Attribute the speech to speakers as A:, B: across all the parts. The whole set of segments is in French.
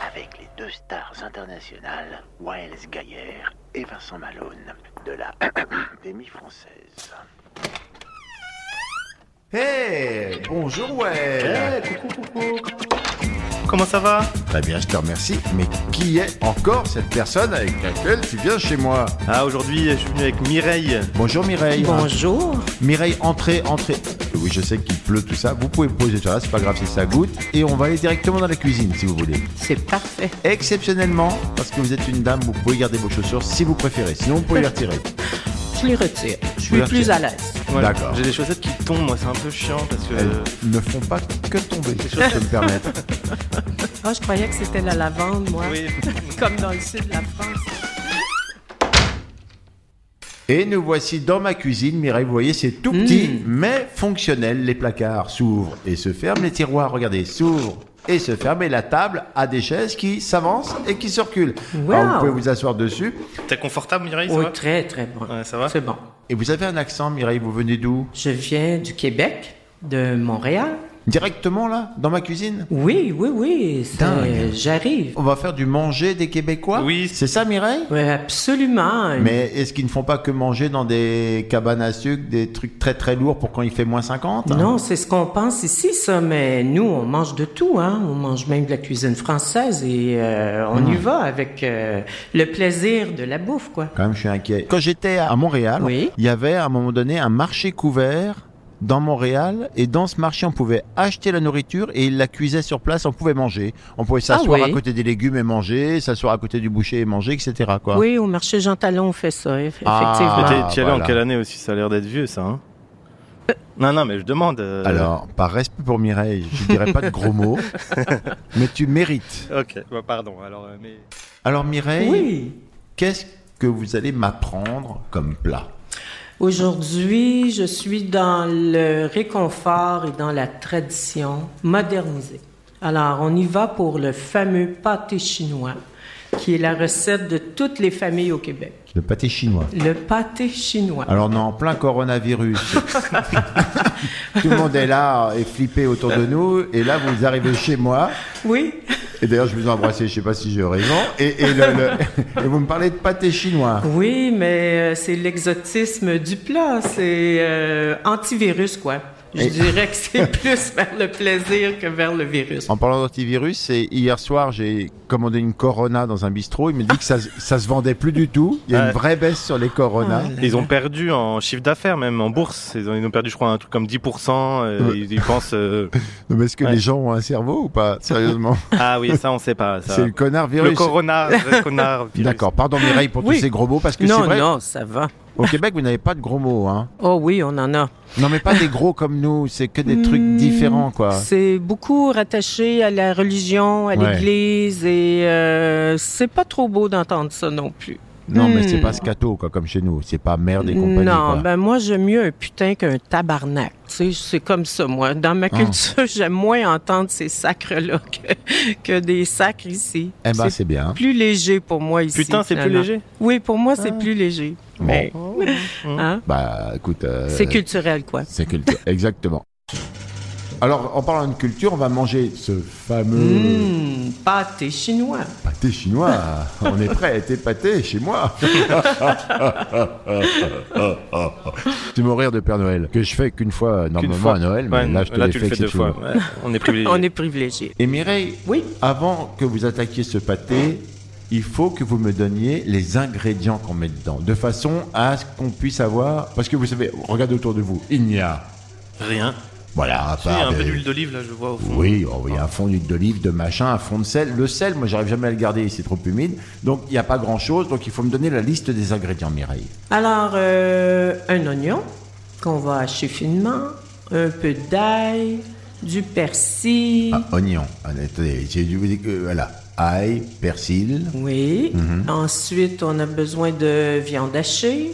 A: Avec les deux stars internationales, Waels Gaillère et Vincent Malone, de la Académie française.
B: Hey, bonjour Well.
C: Comment ça va
B: Très bien, je te remercie. Mais qui est encore cette personne avec laquelle tu viens chez moi
C: Ah, aujourd'hui, je suis venu avec Mireille.
B: Bonjour Mireille.
D: Bonjour.
B: Mireille, entrez, entrez. Oui, je sais qu'il pleut tout ça. Vous pouvez poser sur là, c'est pas grave si ça goûte. Et on va aller directement dans la cuisine si vous voulez.
D: C'est parfait.
B: Exceptionnellement, parce que vous êtes une dame, vous pouvez garder vos chaussures si vous préférez. Sinon, vous pouvez les retirer.
D: Je les retire.
B: les
D: Je suis
B: retires.
D: plus à l'aise.
C: Voilà.
B: D'accord.
C: J'ai des chaussettes qui tombent, moi, c'est un peu chiant parce que.
B: Elles ne font pas que tomber, si je peux me permettre.
D: Ah, je croyais que c'était la lavande, moi.
C: Oui.
D: Comme dans le sud de la France.
B: Et nous voici dans ma cuisine, Mireille, vous voyez, c'est tout petit,
D: Mm.
B: mais fonctionnel. Les placards s'ouvrent et se ferment, les tiroirs, regardez, s'ouvrent et se ferment, et la table a des chaises qui s'avancent et qui se reculent.
D: Wow.
B: Alors, vous pouvez vous asseoir dessus.
C: T'es confortable, Mireille ça
D: Oui,
C: va
D: très, très bon.
C: Ouais, ça va
D: C'est bon.
B: Et vous avez un accent, Mireille, vous venez d'où
D: Je viens du Québec, de Montréal.
B: Directement là, dans ma cuisine
D: Oui, oui, oui. c'est-
B: Dingue.
D: J'arrive.
B: On va faire du manger des Québécois
C: Oui.
B: C'est ça, Mireille
D: Oui, absolument.
B: mais est-ce qu'ils ne font pas que manger dans des cabanes à sucre, des trucs très très lourds pour quand il fait moins 50 hein
D: Non, c'est ce qu'on pense ici, ça, mais nous, on mange de tout, hein. On mange même de la cuisine française et euh,
C: Ah.
D: on y va avec euh, le plaisir de la bouffe, quoi.
B: Quand même, je suis inquiet. Quand j'étais à Montréal,
D: Oui.
B: il y avait à un moment donné un marché couvert dans Montréal. Et dans ce marché, on pouvait acheter la nourriture et ils la cuisaient sur place. On pouvait manger. On pouvait s'asseoir
D: Ah oui.
B: à côté des légumes et manger, s'asseoir à côté du boucher et manger, etc. Quoi.
D: Oui, au marché Jean Talon, on fait ça, eff-
B: Ah.
D: effectivement.
C: Mais t'es- t'y allais
B: voilà.
C: en quelle année aussi Ça a l'air d'être vieux, ça. hein non, non, mais je demande. euh,
B: Alors, par respect pour Mireille, je dirais pas de gros mots, mais tu mérites.
C: Ok, bah, pardon. Alors, euh, mais.
B: Alors Mireille,
D: Oui.
B: qu'est-ce que vous allez m'apprendre comme plat
D: Aujourd'hui, je suis dans le réconfort et dans la tradition modernisée. Alors, on y va pour le fameux pâté chinois, qui est la recette de toutes les familles au Québec.
B: Le pâté chinois.
D: Le pâté chinois.
B: Alors on est en plein coronavirus. Tout le monde est là et flippé autour de nous. Et là, vous arrivez chez moi.
D: Oui,
B: Et d'ailleurs, je vous ai embrassé, je sais pas si j'ai eu raison. Et, et le- le- et vous me parlez de pâté chinois.
D: oui, mais euh, c'est l'exotisme du plat, c'est euh, antivirus quoi. Je
B: Et-
D: dirais que c'est plus vers le plaisir que vers le virus.
B: En parlant d'antivirus, c'est hier soir, j'ai commandé une Corona dans un bistrot. Il me dit que ça, se- ça se vendait plus du tout. Il y a
C: Ouais.
B: une vraie baisse sur les Corona.
C: Ils ont perdu en chiffre d'affaires, même en bourse. Ils ont, ils ont perdu, je crois, un truc comme 10%. euh,
B: Ouais.
C: ils, ils pensent. euh,
B: Mais est-ce que
C: Ouais.
B: les gens ont un cerveau ou pas Sérieusement,
C: Ah oui, ça, on sait pas. Ça.
B: c'est le connard
C: Le
B: virus.
C: corona. le connard. virus.
B: D'accord. Pardon Mireille pour
D: Oui.
B: tous ces gros mots parce que c'est
D: Non,
B: vrai.
D: non, ça va.
B: Au Québec, vous n'avez pas de gros mots, hein.
D: Oh oui, on en a.
B: Non, mais pas des gros comme nous, c'est que des trucs
D: Hmm,
B: différents, quoi.
D: C'est beaucoup rattaché à la religion, à
B: Ouais.
D: l'Église, et euh, c'est pas trop beau d'entendre ça non plus.
B: Non, mais c'est
D: Hmm.
B: pas scato, quoi, comme chez nous. C'est pas merde et compagnie.
D: non,
C: bah,
B: quoi.
D: ben moi j'aime mieux un putain qu'un tabarnak. Tu sais, c'est comme ça, moi. Dans ma culture, j'aime moins entendre ces sacres-là que, que des sacres ici.
B: Eh ben,
D: c'est
B: c'est bien.
D: plus léger pour moi ici.
C: Putain, c'est plus
D: finalement.
C: léger.
D: Oui, pour moi, c'est plus léger.
B: Bon.
D: Mais, hein,
B: Bah, écoute. euh,
D: c'est culturel, quoi.
B: C'est culture. Exactement. Alors, en parlant de culture, on va manger ce fameux
D: Hum, pâté chinois.
C: Hmm.
B: pâté chinois. on est prêt à être épaté chez moi. tu me rire de Père Noël, que je fais qu'une fois
C: Qu'une
B: normalement
C: fois.
B: à Noël, mais
C: Ouais,
B: là je te l'ai
C: tu
B: fait
C: le fais deux
B: exceptionnellement.
C: fois. Ouais, on est privilégié.
D: On est privilégié.
B: Et Mireille,
D: Oui.
B: avant que vous attaquiez ce pâté, il faut que vous me donniez les ingrédients qu'on met dedans, de façon à ce qu'on puisse avoir. Parce que vous savez, regardez autour de vous, il n'y a.
C: Rien.
B: Voilà, à
C: Il y a
B: part.
C: un peu
B: des-
C: d'huile d'olive là, je vois au fond.
B: oui, oh, il y a un fond d'huile d'olive, de machin, un fond de sel. Le sel, moi, j'arrive jamais à le garder, c'est trop humide. Donc, il n'y a pas grand-chose. Donc, il faut me donner la liste des ingrédients, Mireille.
D: Alors, euh, un oignon qu'on va hacher finement, un peu d'ail, du persil.
B: Ah, oignon. Attendez, j'ai dû vous dire que. Voilà. Ail, persil.
D: Oui.
B: Mm-hmm.
D: Ensuite, on a besoin de viande hachée.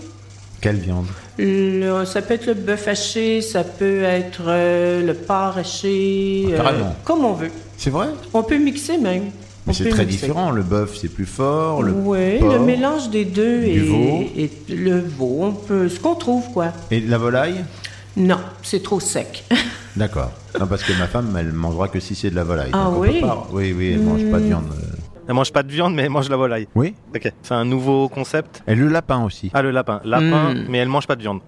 B: Quelle viande
D: Le- ça peut être le bœuf haché, ça peut être euh, le porc haché, euh,
B: Ah, carrément.
D: comme on veut.
B: C'est vrai
D: On peut mixer même.
B: Mais
D: On
B: c'est
D: peut
B: très
D: mixer.
B: différent. Le bœuf, c'est plus fort. Le
D: oui, le
B: porc.
D: mélange des deux
B: du veau.
D: et, et le veau, on peut, ce qu'on trouve quoi.
B: Et de la volaille
D: Non, c'est trop sec.
B: D'accord. Non, parce que ma femme, elle mangera que si c'est de la volaille.
D: Ah
B: Donc on
D: oui Hmm.
B: peut pas- Oui, oui, elle mange pas de viande. euh.
C: Elle mange pas de viande, mais elle mange la volaille.
B: Oui
C: Ok. C'est un nouveau concept.
B: Et le lapin aussi.
C: Ah, le lapin. Lapin,
D: Mm.
C: mais elle mange pas de viande.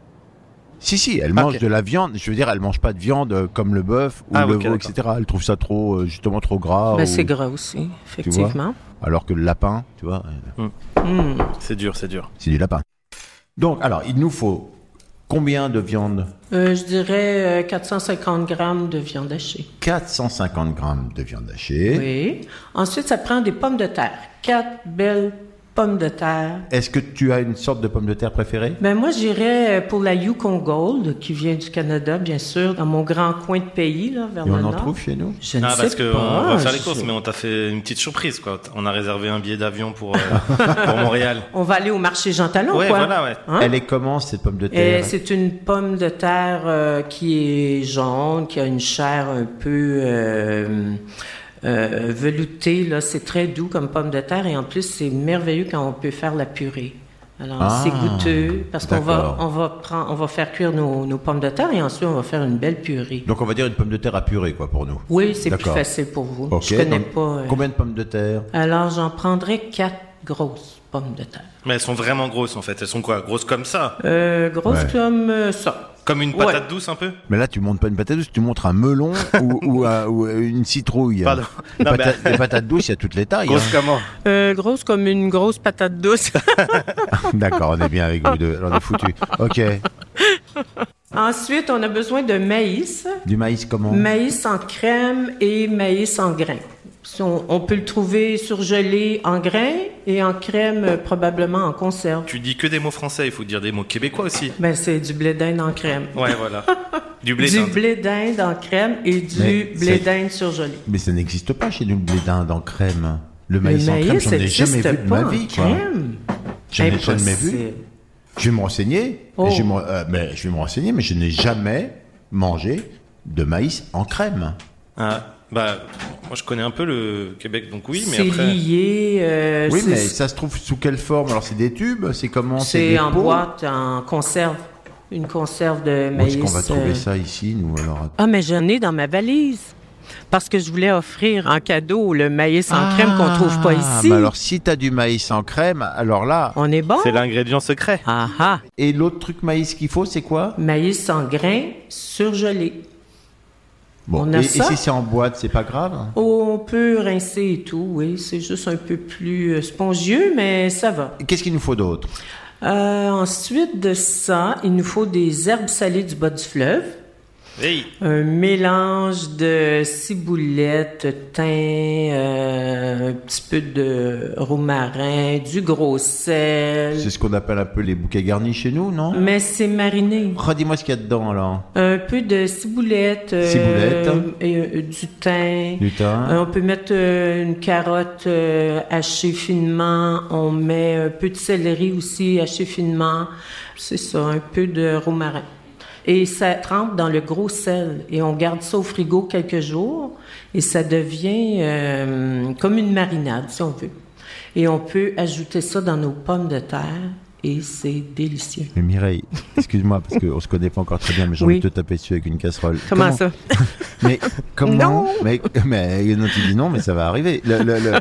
B: Si, si, elle mange
C: Ok.
B: de la viande. Je veux dire, elle mange pas de viande euh, comme le bœuf ou
C: Ah,
B: le
C: ok,
B: veau,
C: d'accord.
B: etc. Elle trouve ça trop, euh, justement, trop gras.
D: Ben,
B: ou-
D: c'est gras aussi, effectivement.
B: Alors que le lapin, tu vois, euh,
D: Mm.
C: C'est dur, c'est dur.
B: c'est du lapin. Donc, alors, il nous faut combien de viande
D: Euh, je dirais euh, 450 grammes de viande hachée.
B: 450 grammes de viande hachée.
D: Oui. Ensuite, ça prend des pommes de terre. Quatre belles pommes de terre.
B: Est-ce que tu as une sorte de pomme de terre préférée
D: Ben moi, j'irais euh, pour la Yukon Gold, qui vient du Canada, bien sûr, dans mon grand coin de pays, là, vers
B: Et
D: le
B: on en
D: nord.
B: trouve chez nous
D: Je ne
C: Ah,
D: sais
C: parce que
D: pas.
C: on va faire les
D: Je-
C: courses, mais on t'a fait une petite surprise, quoi. On a réservé un billet d'avion pour, euh, pour Montréal.
D: On va aller au marché Jean Talon,
C: Ouais,
D: quoi.
C: voilà, ouais.
D: Hein?
B: Elle est comment, cette pomme de
D: Et
B: terre
D: c'est une pomme de terre euh, qui est jaune, qui a une chair un peu euh, euh, veloutée. Là, c'est très doux comme pomme de terre et en plus c'est merveilleux quand on peut faire la purée. Alors
B: Ah,
D: c'est goûteux parce qu'on va
B: d'accord.
D: on va prendre on va faire cuire nos, nos pommes de terre et ensuite on va faire une belle purée.
B: Donc on va dire une pomme de terre à purée, quoi, pour nous.
D: Oui, c'est plus
B: D'accord.
D: facile pour vous.
B: Ok,
D: Je connais
B: donc,
D: pas. euh.
B: Combien de pommes de terre
D: Alors j'en prendrai quatre grosses pommes de terre.
C: Mais elles sont vraiment grosses, en fait. Elles sont quoi Grosses comme ça
D: Euh, grosses
B: Ouais.
D: comme euh, ça.
C: Comme une
D: Ouais.
C: patate douce, un peu
B: Mais là, tu montes pas une patate douce, tu montres un melon ou, ou un- ou euh, une citrouille.
C: Pardon.
B: Les,
C: Non, mais-
B: patates, les patates douces, il y a toutes les tailles.
C: Grosses comment
D: Euh, grosses comme une grosse patate douce.
B: hein. D'accord, on est bien avec vous deux. Alors, on est foutus. Ok.
D: Ensuite, on a besoin de maïs,
B: Du maïs, comment
D: maïs en crème et maïs en grain. Si On, on peut le trouver surgelé en grain et en crème euh, probablement en conserve.
C: Tu dis que des mots français, il faut dire des mots québécois aussi.
D: Ben c'est du blé d'Inde en crème.
C: Ouais, voilà. Du blé
D: du
C: d'Inde.
D: blé d'Inde en crème et du
B: Mais
D: blé
B: c'est-
D: d'Inde surgelé.
B: Mais ça n'existe pas chez nous, le blé d'Inde en crème. Le maïs, en crème, j'en ai
D: n'existe
B: jamais vu de
D: pas
B: ma
D: en
B: vie. Quoi.
D: crème.
B: J'en ai jamais
D: Impossible.
B: vu. Je vais me renseigner.
D: Oh.
B: et Je, vais me- euh, mais je vais me renseigner, mais je n'ai jamais mangé de maïs en crème.
C: Ah, bah, moi je connais un peu le Québec, donc oui, mais
D: c'est
C: après.
D: lié. euh,
B: Oui,
D: c'est-
B: mais ça se trouve sous quelle forme Alors, c'est des tubes C'est comment des
D: c'est en
B: pots
D: boîte, en conserve, une conserve de
B: Où
D: maïs.
B: est-ce qu'on va trouver
D: euh,
B: ça ici, nous alors
D: Ah, mais j'en ai dans ma valise. Parce que je voulais offrir en cadeau le maïs en crème qu'on trouve pas ici.
B: Ah, mais alors, si t'as du maïs en crème, alors là.
D: On est bon?
C: C'est l'ingrédient secret.
D: Ah ah!
B: Et l'autre truc maïs qu'il faut, c'est quoi
D: Maïs en grains surgelé.
B: Bon,
D: On a
B: et, et
D: ça
B: si c'est en boîte, c'est pas grave
D: Oh, on peut rincer et tout, oui. C'est juste un peu plus euh, spongieux, mais ça va.
B: Qu'est-ce qu'il nous faut d'autre
D: Euh, ensuite de ça, il nous faut des herbes salées du bas du fleuve.
C: Hey,
D: Un mélange de ciboulette, thym, euh, un petit peu de romarin, du gros sel.
B: C'est ce qu'on appelle un peu les bouquets garnis chez nous, non
D: Mais c'est mariné.
B: Redis-moi ce qu'il y a dedans alors.
D: Un peu de ciboulette, euh,
B: Ciboulette.
D: et, euh, du thym.
B: Du thym.
D: Euh, on peut mettre euh, une carotte euh, hachée finement. On met un peu de céleri aussi haché finement. C'est ça, un peu de romarin. Et ça trempe dans le gros sel. Et on garde ça au frigo quelques jours. Et ça devient euh, comme une marinade, si on veut. Et on peut ajouter ça dans nos pommes de terre et c'est délicieux.
B: Mais Mireille, excuse-moi, parce qu'on se connaît pas encore très bien, mais j'ai
D: Oui.
B: envie de te taper dessus avec une casserole.
D: Comment, ça?
B: Mais comment
D: Non.
B: mais, mais non, tu dis non, mais ça va arriver. Le- le- le-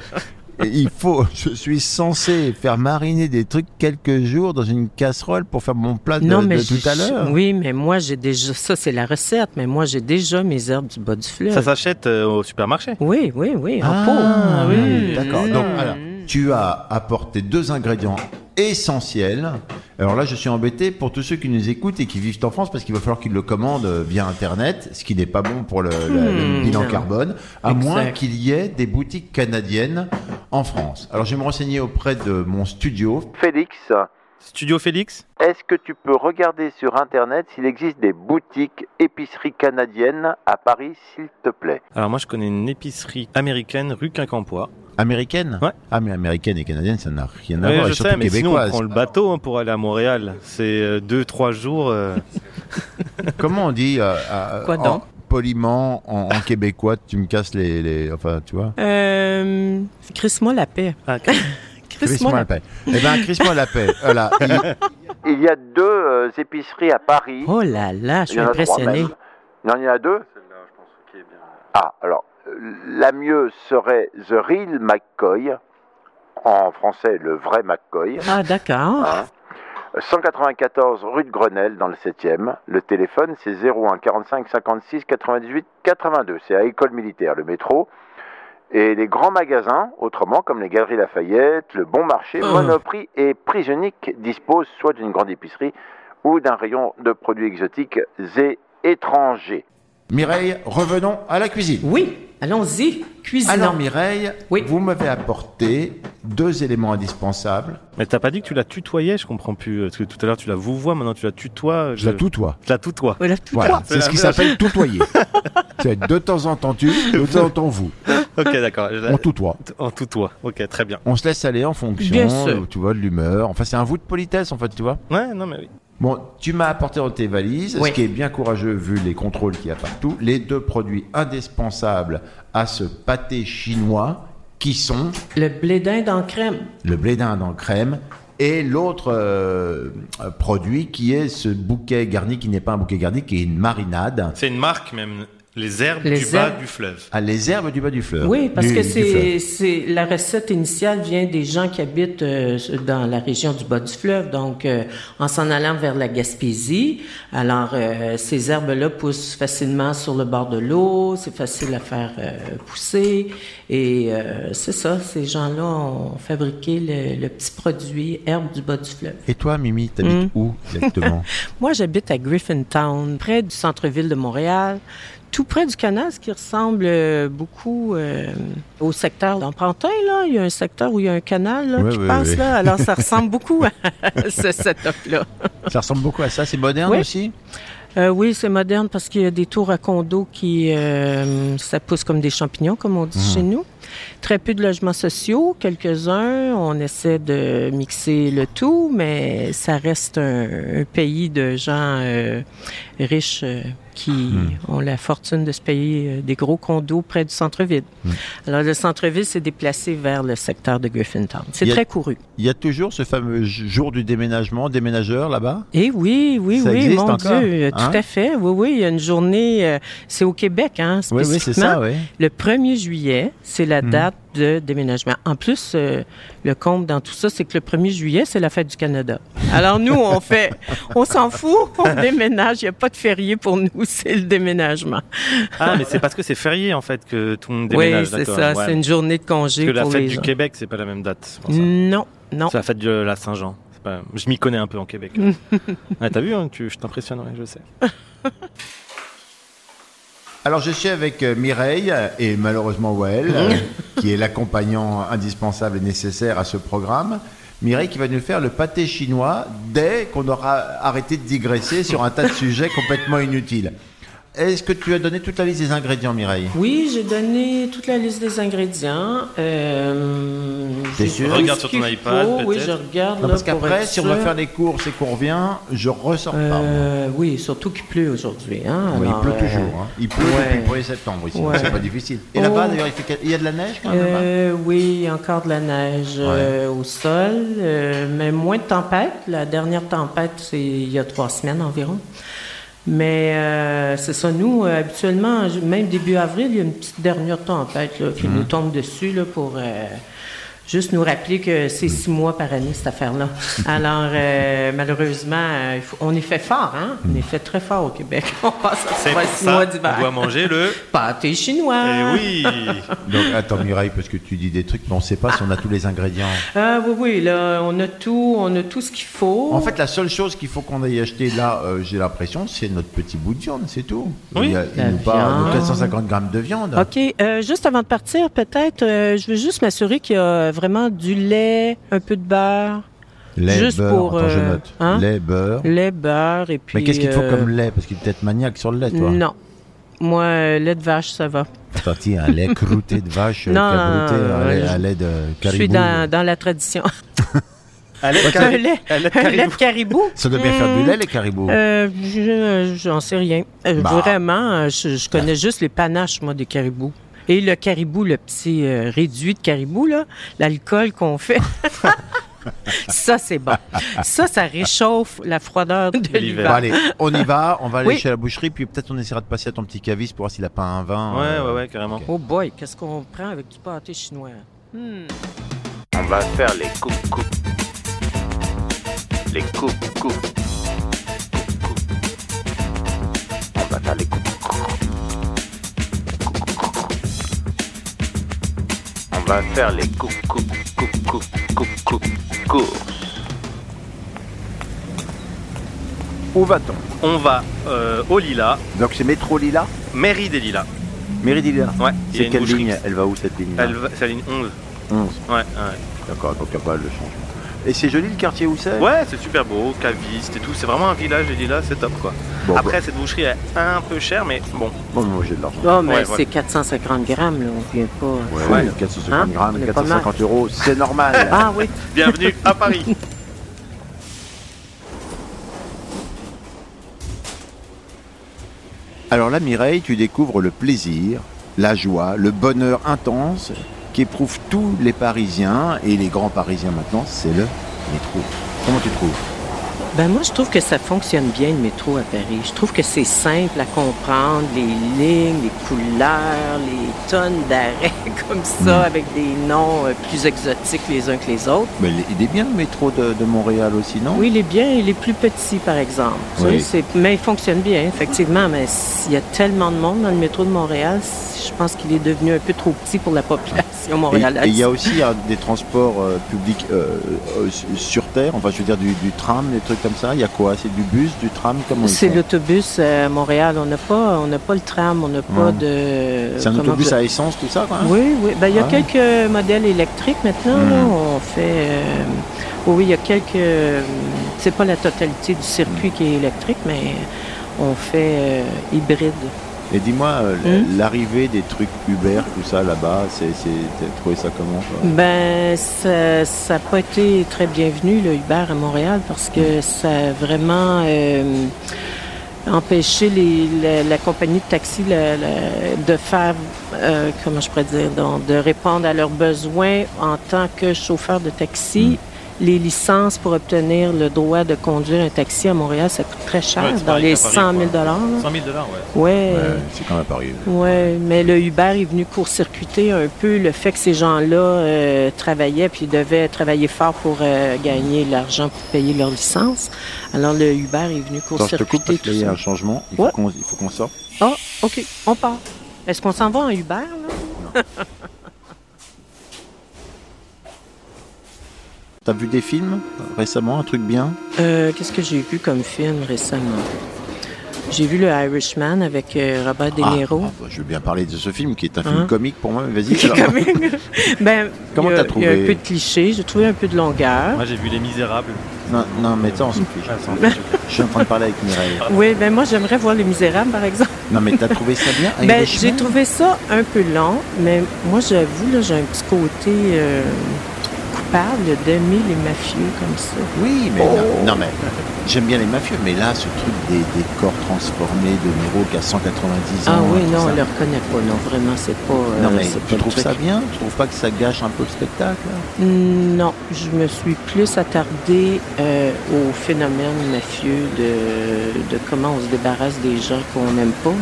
B: il faut. Je suis censé faire mariner des trucs quelques jours dans une casserole pour faire mon plat de,
D: non,
B: de
D: mais
B: tout à
D: je-
B: l'heure.
D: Oui, mais moi, j'ai déjà. Ça, c'est la recette, mais moi, j'ai déjà mes herbes du bas du fleuve.
C: Ça s'achète euh, au supermarché.
D: Oui, oui, oui, en
B: Ah,
D: pot.
B: oui,
D: Mm.
B: d'accord. Donc, alors, tu as apporté deux ingrédients essentiels. Alors là, je suis embêté pour tous ceux qui nous écoutent et qui vivent en France parce qu'il va falloir qu'ils le commandent euh, via Internet, ce qui n'est pas bon pour le, la- le
D: Hmm.
B: bilan carbone, à
D: Exact.
B: moins qu'il y ait des boutiques canadiennes en France. Alors, je vais me renseigner auprès de mon studio.
A: Félix,
C: Studio Félix
A: est-ce que tu peux regarder sur Internet s'il existe des boutiques épiceries canadiennes à Paris, s'il te plaît
C: Alors moi je connais une épicerie américaine rue Quincampoix.
B: Américaine
C: Ouais.
B: Ah, mais américaine et canadienne, ça n'a rien à
C: Ah Ouais,
B: voir.
C: je
B: et surtout
C: sais, mais sinon on
B: québécoise.
C: prend le bateau hein, pour aller à Montréal. C'est euh, deux, trois jours. euh,
B: Comment on dit euh, euh,
D: Quoi
B: en-
D: donc
B: Poliment, en, en québécois, tu me casses les, les. Enfin, tu vois
D: Euh, Crisse-moi la paix.
C: Ah,
D: Crisse-moi
B: Crisse-moi
D: la
B: la paix. Eh ben, crisse-moi la paix. Voilà. Il-
A: Il y a deux euh, épiceries à Paris.
D: Oh là là, je
A: il
D: suis
A: y en a trois
D: impressionnée.
A: même. Non, il y en a deux Ah, alors, euh, la mieux serait The Real McCoy, en français le vrai McCoy,
D: Ah, d'accord.
A: hein. 194 rue de Grenelle dans le 7e. Le téléphone c'est 01 45 56 98 82. C'est à école militaire, le métro. Et les grands magasins, autrement comme les Galeries Lafayette, le Bon Marché,
D: Ah.
A: Monoprix et Prix Unique, disposent soit d'une grande épicerie ou d'un rayon de produits exotiques et étrangers.
B: Mireille, revenons à la cuisine.
D: Oui, allons-y, cuisinons.
B: Alors, Mireille,
D: Ah Oui.
B: vous m'avez apporté deux éléments indispensables.
C: Mais t'as pas dit que tu la tutoyais, je comprends plus. euh, Parce que tout à l'heure tu la vouvoies, maintenant tu la tutoies.
B: Je la tutoie.
C: Je la tutoie.
D: Voilà, tout
B: Bah, Voilà.
C: c'est
B: C'est ce
C: la
B: qui
C: même
B: s'appelle tutoyer. C'est de temps en temps tu, de temps en temps vous.
C: Ok, d'accord. je la-
B: On tutoie.
C: En tutoie. Ok, très bien.
B: On se laisse aller en fonction,
D: Bien sûr.
B: tu vois, de l'humeur. Enfin, c'est un vous de politesse, en fait, tu vois.
C: Ouais, non mais oui.
B: Bon, tu m'as apporté dans tes valises,
D: Oui.
B: ce qui est bien courageux vu les contrôles qu'il y a partout, les deux produits indispensables à ce pâté chinois qui sont
D: Le blé d'Inde en crème.
B: le blé d'Inde en crème et l'autre euh, euh, produit qui est ce bouquet garni qui n'est pas un bouquet garni, qui est une marinade
C: C'est une marque même. Les herbes
D: Les
C: du bas
D: herbes.
C: du fleuve.
B: à les herbes du bas du fleuve.
D: Oui, parce
B: Du-
D: que
B: du fleuve.
D: c'est, c'est la recette initiale vient des gens qui habitent euh, dans la région du bas du fleuve. Donc, euh, en s'en allant vers la Gaspésie, alors euh, ces herbes-là poussent facilement sur le bord de l'eau, c'est facile à faire euh, pousser. Et euh, c'est ça, ces gens-là ont fabriqué le, le petit produit herbe du bas du fleuve.
B: Et toi, Mimi, t'habites où exactement
D: Moi, j'habite à Griffintown, près du centre-ville de Montréal, tout près du canal, ce qui ressemble euh, beaucoup euh, au secteur d'Empruntin. Là. Il y a un secteur où il y a un canal là,
B: Ouais,
D: qui
B: ouais,
D: passe.
B: ouais.
D: Là. Alors, ça ressemble beaucoup à ce setup-là.
B: Ça ressemble beaucoup à ça, c'est moderne
D: Oui.
B: aussi
D: Euh, oui, c'est moderne parce qu'il y a des tours à condos qui euh, ça pousse comme des champignons, comme on dit
B: Ah.
D: chez nous. Très peu de logements sociaux, quelques-uns. On essaie de mixer le tout, mais ça reste un, un pays de gens euh, riches euh, qui
B: Hmm.
D: ont la fortune de se payer euh, des gros condos près du centre-ville.
B: Hmm.
D: Alors, le centre-ville s'est déplacé vers le secteur de Griffintown. C'est
B: Il y a-
D: très couru.
B: Il y a toujours ce fameux j- jour du déménagement, déménageur là-bas
D: Eh oui, oui,
B: Ça
D: oui,
B: existe
D: mon
B: encore,
D: Dieu, euh,
B: hein?
D: tout à fait. Oui, oui, il y a une journée, euh, c'est au Québec, hein,
B: Oui, oui, c'est ça,
D: spécifiquement.
B: oui.
D: Le 1er juillet, c'est la date de déménagement. En plus, euh, le compte dans tout ça, c'est que le 1er juillet, c'est la fête du Canada. Alors nous, on fait, on s'en fout, on déménage, il n'y a pas de férié pour nous, c'est le déménagement.
C: Ah, mais c'est parce que c'est férié en fait que tout le monde
D: Oui,
C: déménage.
D: c'est
C: d'accord,
D: ça,
C: ouais.
D: c'est une journée de
C: Parce
D: congé
C: que la
D: pour
C: fête
D: les
C: du
D: gens.
C: Québec, c'est pas la même date. c'est pour ça.
D: Non, non.
C: C'est la fête de la Saint-Jean. C'est pas- Je m'y connais un peu en Québec. Ouais, T'as vu, hein, tu... je t'impressionnerai, je sais.
B: Alors je suis avec euh, Mireille euh, et malheureusement Wael,
D: Mhm.
B: euh, qui est l'accompagnant indispensable et nécessaire à ce programme. Mireille qui va nous faire le pâté chinois dès qu'on aura arrêté de digresser sur un tas de sujets complètement inutiles. Est-ce que tu as donné toute la liste des ingrédients, Mireille
D: Oui, j'ai donné toute la liste des ingrédients. Euh,
B: T'es
D: j'ai
B: sûr?
D: pris
C: Regarde
D: ce
C: sur ton
D: qu'il
C: iPad,
D: faut. Oui,
C: peut-être.
D: je regarde.
B: Non,
D: là,
B: parce
D: pour
B: qu'après,
D: être
B: si on va
D: sûr.
B: faire les courses et qu'on revient, je ressors pas. moi.
D: Euh, oui, surtout qu'il pleut aujourd'hui. Hein?
B: Oui, il
D: alors,
B: pleut
D: euh,
B: toujours. hein. Il pleut
D: ouais.
B: depuis le 1er septembre ici. hein.
D: Ouais.
B: C'est pas difficile. Et
D: Oh.
B: là-bas, d'ailleurs, il, fait quel- il y a de la neige quand même là-bas
D: Euh, oui, encore de la neige euh, au sol, euh, mais moins de tempêtes. La dernière tempête, c'est il y a trois semaines environ. Mais euh, c'est ça, nous, euh, habituellement, j- même début avril, il y a une petite dernière tempête là, qui nous tombe dessus là, pour euh, juste nous rappeler que c'est six mois par année, cette affaire-là. Alors, euh, malheureusement, euh, il faut- on est fait fort, hein? On est fait très fort au Québec. On passe à
C: C'est
D: trois,
C: pour
D: six mois
C: ça
D: d'hiver.
C: qu'on doit manger le...
D: Pâté chinois.
C: Eh oui
B: Donc, attends, Mireille, parce que tu dis des trucs, mais on sait pas si on a tous les ingrédients.
D: Ah oui, oui, là, on a tout, on a tout ce qu'il faut.
B: En fait, la seule chose qu'il faut qu'on aille acheter là, euh, j'ai l'impression, c'est notre petit bout de viande, c'est tout.
C: Oui.
B: Il, y a- il
D: La
B: nous parle de
D: viande.
B: 450 grammes de viande.
D: OK, euh, juste avant de partir, peut-être, euh, je veux juste m'assurer qu'il y a vraiment du lait, un peu de beurre,
B: Lait,
D: Juste
B: beurre,
D: pour,
B: attends, je
D: euh,
B: note.
D: hein
B: Lait, beurre.
D: lait, beurre, et puis...
B: Mais qu'est-ce qu'il te faut
D: euh,
B: comme lait Parce qu'il est peut-être maniaque sur le lait, toi.
D: Non. Moi, euh, lait de vache, ça va.
B: Attends, tiens, un lait croûté de vache, euh,
D: Non,
B: cabrouté, un
D: ouais,
B: lait-
D: je-
B: un lait de caribou.
D: Je suis dans, dans la tradition.
C: Allez,
D: un lait, un lait de caribou.
B: Ça doit bien faire du
D: Hmm,
B: lait, les caribous.
D: euh, je- J'en sais rien. Euh,
B: Bah.
D: Vraiment, euh, je, je connais juste les panaches, moi, des caribous. Et le caribou, le petit euh, réduit de caribou, là, l'alcool qu'on fait. ça, c'est bon. Ça, ça réchauffe la froideur de
C: l'hiver.
B: Bon,
D: l'hiver.
B: allez, on y va, on va aller
D: Oui.
B: chez la boucherie, puis peut-être on essaiera de passer à ton petit caviste pour voir s'il a pas un vin.
C: Ouais,
B: euh,
C: ouais, ouais, carrément.
D: Oh boy, qu'est-ce qu'on prend avec du pâté chinois? Hmm.
A: On va faire les coupes coupes. Les coupes coupes. Coupes, coupes. On va faire les coupes coupes. Coupes, coupes. On va faire les coupes coupes coupes coupes coupes coupes courses.
B: Où va-t-on
C: On va euh, au Lila,
B: Donc c'est métro Lila
C: mairie des Lilas.
B: Mairie Lila
C: Ouais, il y a
B: C'est
C: une
B: quelle
C: boucherie.
B: ligne Elle va où cette ligne
C: Elle va- C'est la ligne 11.
B: 11.
C: Ouais, ouais.
B: D'accord, donc il n'y a pas le changement. Et c'est joli le quartier où c'est
C: Ouais, c'est super beau, caviste et tout. C'est vraiment un village, les Lilas, c'est top quoi.
B: Bon,
C: Après, cette boucherie est un peu chère, mais bon.
B: Bon, moi j'ai de l'argent.
D: Oh, mais
C: Ouais,
D: c'est
C: ouais.
D: 450 grammes, là, on vient pas.
B: Ouais,
C: Ouais.
B: 450
D: Hein On
B: grammes,
D: est pas mal.
B: 450 euros, c'est normal.
D: Ah oui,
C: Bienvenue à Paris
B: Alors là, Mireille, tu découvres le plaisir, la joie, le bonheur intense qu'éprouvent tous les Parisiens, et les grands Parisiens maintenant, c'est le métro. Comment tu trouves
D: Ben moi, je trouve que ça fonctionne bien le métro à Paris. Je trouve que c'est simple à comprendre, les lignes, les couleurs, les tonnes d'arrêts comme ça,
B: Mm.
D: avec des noms euh, plus exotiques les uns que les autres.
B: Mais Ben, il est- il est bien le métro de, de Montréal aussi, non
D: Oui, il est bien, il est plus petit, par exemple. Tu
B: Ah. Oui.
D: sais, c'est- mais il fonctionne bien, effectivement. Mais s- il y a tellement de monde dans le métro de Montréal, c- je pense qu'il est devenu un peu trop petit pour la population
B: Et-
D: montréalaise.
B: Et il y a aussi hein, des transports euh, publics euh, euh, su- sur terre, enfin je veux dire du, du tram, des trucs comme ça. Il y a quoi C'est du bus, du tram Comment ils
D: C'est
B: font
D: l'autobus à Montréal. On n'a pas, on n'a pas le tram, on n'a pas
B: Ouais.
D: de.
B: C'est un
D: Euh, comment
B: autobus
D: on-
B: à essence, tout ça quoi hein
D: Oui, oui. Ben, il y a
B: Ouais.
D: quelques modèles électriques maintenant.
B: Mm.
D: là. On fait. euh, oui, il y a quelques. euh, C'est pas la totalité du circuit qui est électrique, mais on fait euh, hybride.
B: Et dis-moi, euh, l-
D: Hmm.
B: l'arrivée des trucs Uber, tout ça là-bas, c'est, c'est, t'as trouvé ça comment quoi
D: Ben, ça n'a pas été très bienvenu, le Uber à Montréal, parce que ça a vraiment euh, empêché les, la, la compagnie de taxi la- la- de faire, euh, comment je pourrais dire, donc, de répondre à leurs besoins en tant que chauffeur de taxi.
C: Mm.
D: Les licences pour obtenir le droit de conduire un taxi à Montréal, ça coûte très cher,
C: Ouais, c'est
D: dans
C: pareil
D: les
C: qu'à Paris,
D: 100 000
C: quoi.
D: là.
C: 100 000 dollars, ouais.
D: Ouais.
B: Ouais, C'est quand même pareil.
D: Ouais, mais le Uber est venu court-circuiter un peu le fait que ces gens-là euh, travaillaient puis devaient travailler fort pour euh, gagner l'argent pour payer leur licence. Alors le Uber est venu
B: Attends, je te coupe
D: court-circuiter
B: parce qu'il
D: tout
B: y a
D: ça.
B: un changement. Il
D: Ouais.
B: faut qu'on, il faut qu'on sorte.
D: Ah, ok, on part. Est-ce qu'on s'en va en Uber là?
B: T'as vu des films récemment, un truc bien
D: Euh, Qu'est-ce que j'ai vu comme film récemment J'ai vu le Irishman avec euh, Robert De
B: Ah,
D: Niro.
B: ah, bah, je veux bien parler de ce film qui est un
D: Hein?
B: film comique pour moi. Vas-y. alors.
D: Quand même. ben,
B: Comment
D: il y a-
B: t'as
D: Il y a un
B: trouvé
D: peu de clichés. J'ai trouvé un peu de longueur.
C: Moi j'ai vu Les Misérables.
B: non, non, mais attends, on s'en fiche.
C: Ah, ça, en fait, je-
B: Je suis en train de parler avec Mireille.
D: Oui, ben moi j'aimerais voir Les Misérables, par exemple.
B: Non, mais t'as trouvé ça bien
D: Ben,
B: Irishman
D: j'ai trouvé ça un peu long, mais moi j'avoue, là, j'ai un petit côté euh, coupable d'aimer les mafieux comme ça.
B: Oui, mais
D: Oh.
B: non, non, mais j'aime bien les mafieux, mais là, ce truc des, des corps transformés de Niro qui a 190 ans.
D: Ah oui,
B: tout
D: non,
B: ça.
D: on ne le reconnaît pas. Non, vraiment, c'est pas. euh,
B: Non, mais
D: c'est pas
B: tu
D: le
B: trouves
D: truc.
B: ça bien Tu trouves pas que ça gâche un peu le spectacle là
D: Non, je me suis plus attardée euh, au phénomène mafieux de, de comment on se débarrasse des gens qu'on n'aime pas.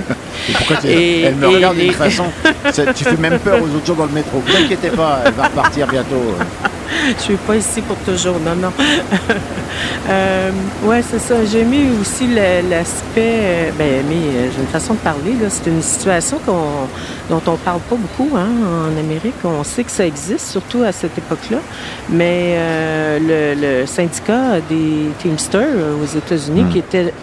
B: Et pourquoi tu-
D: Et-
B: Elle me
D: et-
B: regarde d'une
D: et-
B: façon. ça- tu fais même peur aux autres gens dans le métro. Ne inquiétez pas, elle va repartir bientôt.
D: Je suis pas ici pour toujours, non, non. euh, ouais, c'est ça. J'ai aimé aussi le- l'aspect. euh, ben, aimé, euh, j'ai une façon de parler, là. C'est une situation qu'on, dont on parle pas beaucoup, hein, en Amérique. On sait que ça existe, surtout à cette époque-là. Mais euh, le, le syndicat des Teamsters euh, aux États-Unis, qui était.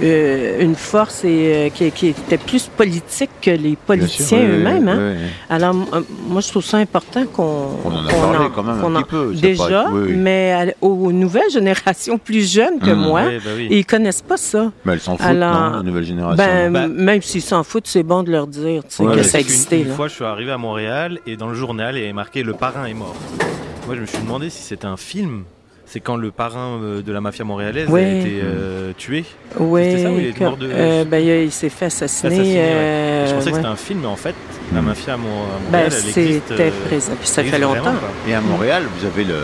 D: euh, une force et, euh, qui, qui était plus politique que les politiciens eux-mêmes. hein. Alors, m- euh, moi, je trouve ça important qu'on
B: On en a
D: qu'on
B: parlé quand même un
D: qu'on
B: petit peu, c'est
D: Déjà,
B: pas- oui, oui.
D: mais à l- aux nouvelles générations plus jeunes que
B: Mmh.
D: moi,
C: Oui, bah oui.
D: ils connaissent pas ça.
B: Mais elles s'en foutent,
D: Alors,
B: non, la nouvelle génération.
D: Ben,
C: Bah-
D: m- même s'ils s'en foutent, c'est bon de leur dire tu sais,
B: Ah, Ouais,
D: que
B: mais
D: ça
C: Parce qu'une-
D: existait.
C: Une
D: là.
C: fois, je suis arrivé à Montréal et dans le journal, il y avait marqué Le parrain est mort. Moi, je me suis demandé si c'était un film. C'est quand le parrain euh, de la mafia montréalaise a
D: Ouais.
C: été euh, tué.
D: Ouais,
C: ça ou il est
D: que-
C: mort de-
D: euh, ben, il, il s'est fait assassiner.
C: Assassiné, ouais.
D: euh,
C: je pensais que
D: ouais.
C: c'était un film, mais en fait, la mafia à Mont- à Montréal,
D: Ben,
C: elle existe.
D: c'était
C: euh,
D: présent. Puis ça
C: elle
D: fait
C: existe
D: longtemps.
C: vraiment, quoi.
B: Et à Montréal, vous avez le,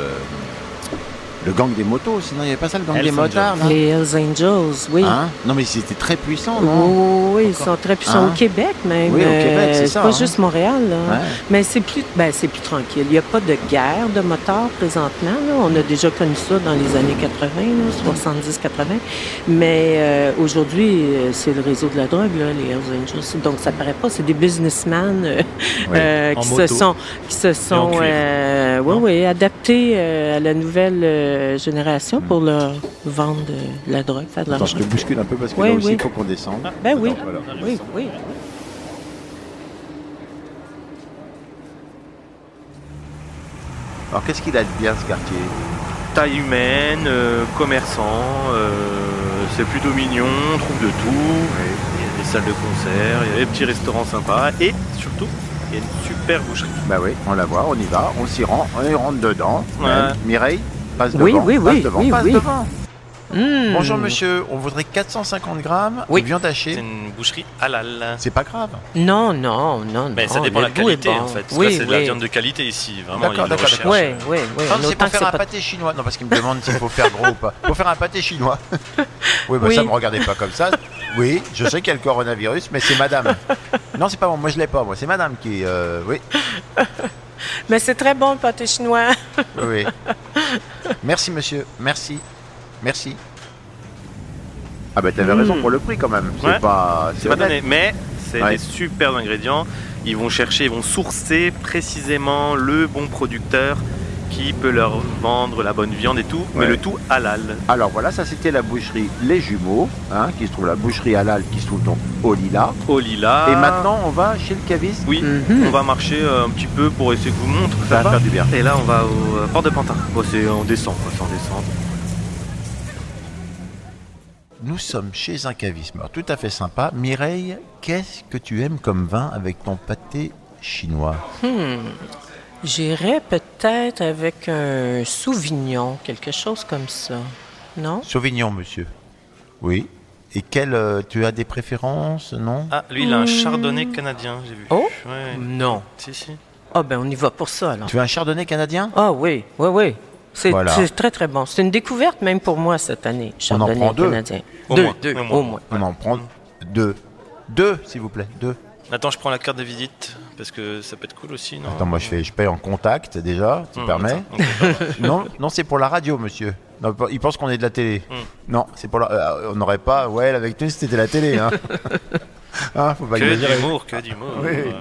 B: le gang des motos. Sinon, il n'y avait pas ça, le gang
C: Hells
B: des motards. là
D: Les Hells Angels, oui.
B: Hein non, mais c'était très puissant, non
D: Oh, oui, ils sont très puissants.
B: Hein?
D: Au Québec, même.
B: Oui, au Québec, c'est
D: euh,
B: ça,
D: Pas
B: hein.
D: juste Montréal, là.
B: Ouais.
D: Mais c'est plus, ben, c'est plus tranquille. Il n'y a pas de guerre de motards présentement. là. On a déjà connu ça dans les années 80, 70-80. Mais euh, aujourd'hui, euh, c'est le réseau de la drogue, là, les Hells Angels. Donc, ça paraît pas. C'est des businessmen euh,
B: Oui,
D: euh,
C: en
D: qui, se
C: moto.
D: sont, qui se sont
C: cuir.
D: euh, ouais,
C: Non?
D: ouais, adaptés euh, à la nouvelle euh, génération pour
E: Mm.
D: leur vendre euh, de la drogue, faire de
B: Attends,
D: l'argent.
B: je te bouscule un peu parce que
D: Oui,
B: là aussi, il
D: oui.
B: faut qu'on descende.
D: Ben oui.
B: Attends, voilà.
D: Oui, oui.
B: Alors, qu'est-ce qu'il a de bien, ce quartier
E: taille humaine, euh, commerçant, euh, c'est plutôt mignon, on trouve de tout. Il y a des salles de concert, il y a des petits restaurants sympas et surtout, il y a une super boucherie.
B: Bah oui, on la voit, on y va, on s'y rend, on y rentre dedans.
E: Ouais.
B: Hein, Mireille, passe devant,
D: Oui, oui,
B: passe
D: oui,
B: devant,
D: oui,
B: passe
D: oui.
B: devant.
D: Hmm.
B: Bonjour monsieur, on voudrait 450 grammes
D: Oui.
B: de viande
E: C'est
B: hachée.
E: une boucherie halal.
B: C'est pas grave.
D: Non, non, non.
E: Mais Ben, ça
D: non,
E: dépend de
D: le
E: la
D: goût est
E: qualité
D: bon.
E: en fait. Parce que
D: Oui,
E: là, c'est de la
D: oui.
E: viande de qualité ici. Vraiment, il y a
B: D'accord,
E: une
B: d'accord,
E: recherche.
B: d'accord.
D: Oui, oui, oui.
B: Ah, c'est
D: Autant
B: pour
D: que c'est
B: faire un
D: pas-
B: pâté chinois. Non, parce qu'il me demande s'il faut faire gros ou pas. Pour faire un pâté chinois. Oui, bah
D: Oui.
B: ça, me regardez pas comme ça. Oui, je sais qu'il y a le coronavirus, mais c'est madame. Non, c'est pas bon, moi je l'ai pas, moi. C'est madame qui. euh, oui,
D: Mais c'est très bon le pâté chinois.
B: oui. Merci, monsieur. Merci. Merci. Ah, bah t'avais raison pour le prix quand même. C'est
E: Hmm. Ouais.
B: pas.
E: C'est pas donné,
B: bête.
E: mais c'est
B: Ouais.
E: des super ingrédients. Ils vont chercher, ils vont sourcer précisément le bon producteur qui peut leur vendre la bonne viande et tout, mais
B: Ouais.
E: le tout halal.
B: Alors voilà, ça c'était la boucherie Les Jumeaux, hein, qui se trouve la boucherie halal qui se trouve donc au Lila.
E: Au lila.
B: Et maintenant, on va chez le caviste.
E: Oui, on va marcher euh, un petit peu pour essayer que vous montre.
B: Ça
E: va.
B: va faire du bien.
E: Et là, on va au euh, port de Pantin. Bon, c'est on descend, quoi, c'est en descente.
B: Nous sommes chez un caviste. Alors, tout à fait sympa. Mireille, qu'est-ce que tu aimes comme vin avec ton pâté chinois
D: Hmm. J'irais peut-être avec un Sauvignon, quelque chose comme ça. Non?
B: Sauvignon, monsieur. Oui. Et quel euh, tu as des préférences, non
E: Ah, lui, il a un chardonnay canadien, j'ai vu.
D: Oh.
E: Ouais.
D: Non.
E: Si, si.
D: Ah, ben on y va pour ça alors.
B: Tu veux un chardonnay canadien
D: Ah oui, oui, oui. C'est
B: Voilà.
D: c'est très, très bon. C'est une découverte même pour moi cette année, Chardonnay
B: prend deux.
D: canadien.
E: Au
D: deux,
E: moins,
D: deux,
E: au
D: au
E: moins.
D: moins.
B: On en prend deux. Deux, s'il vous plaît, deux.
E: Attends, je prends la carte de visite parce que ça peut être cool aussi, non
B: Attends, moi je fais, je paye en contact déjà, tu
E: Hum,
B: permets
E: attends, ok, pardon.
B: Non, non, c'est pour la radio, monsieur. Non, pas- il pense qu'on est de la télé. Non, c'est pour la. euh, on n'aurait pas. Ouais, avec nous, c'était de la télé. Hein. Hein, faut pas
E: que
B: exagérer.
C: Euh,
E: d'humour, que d'humour.
B: Oui.
E: Euh,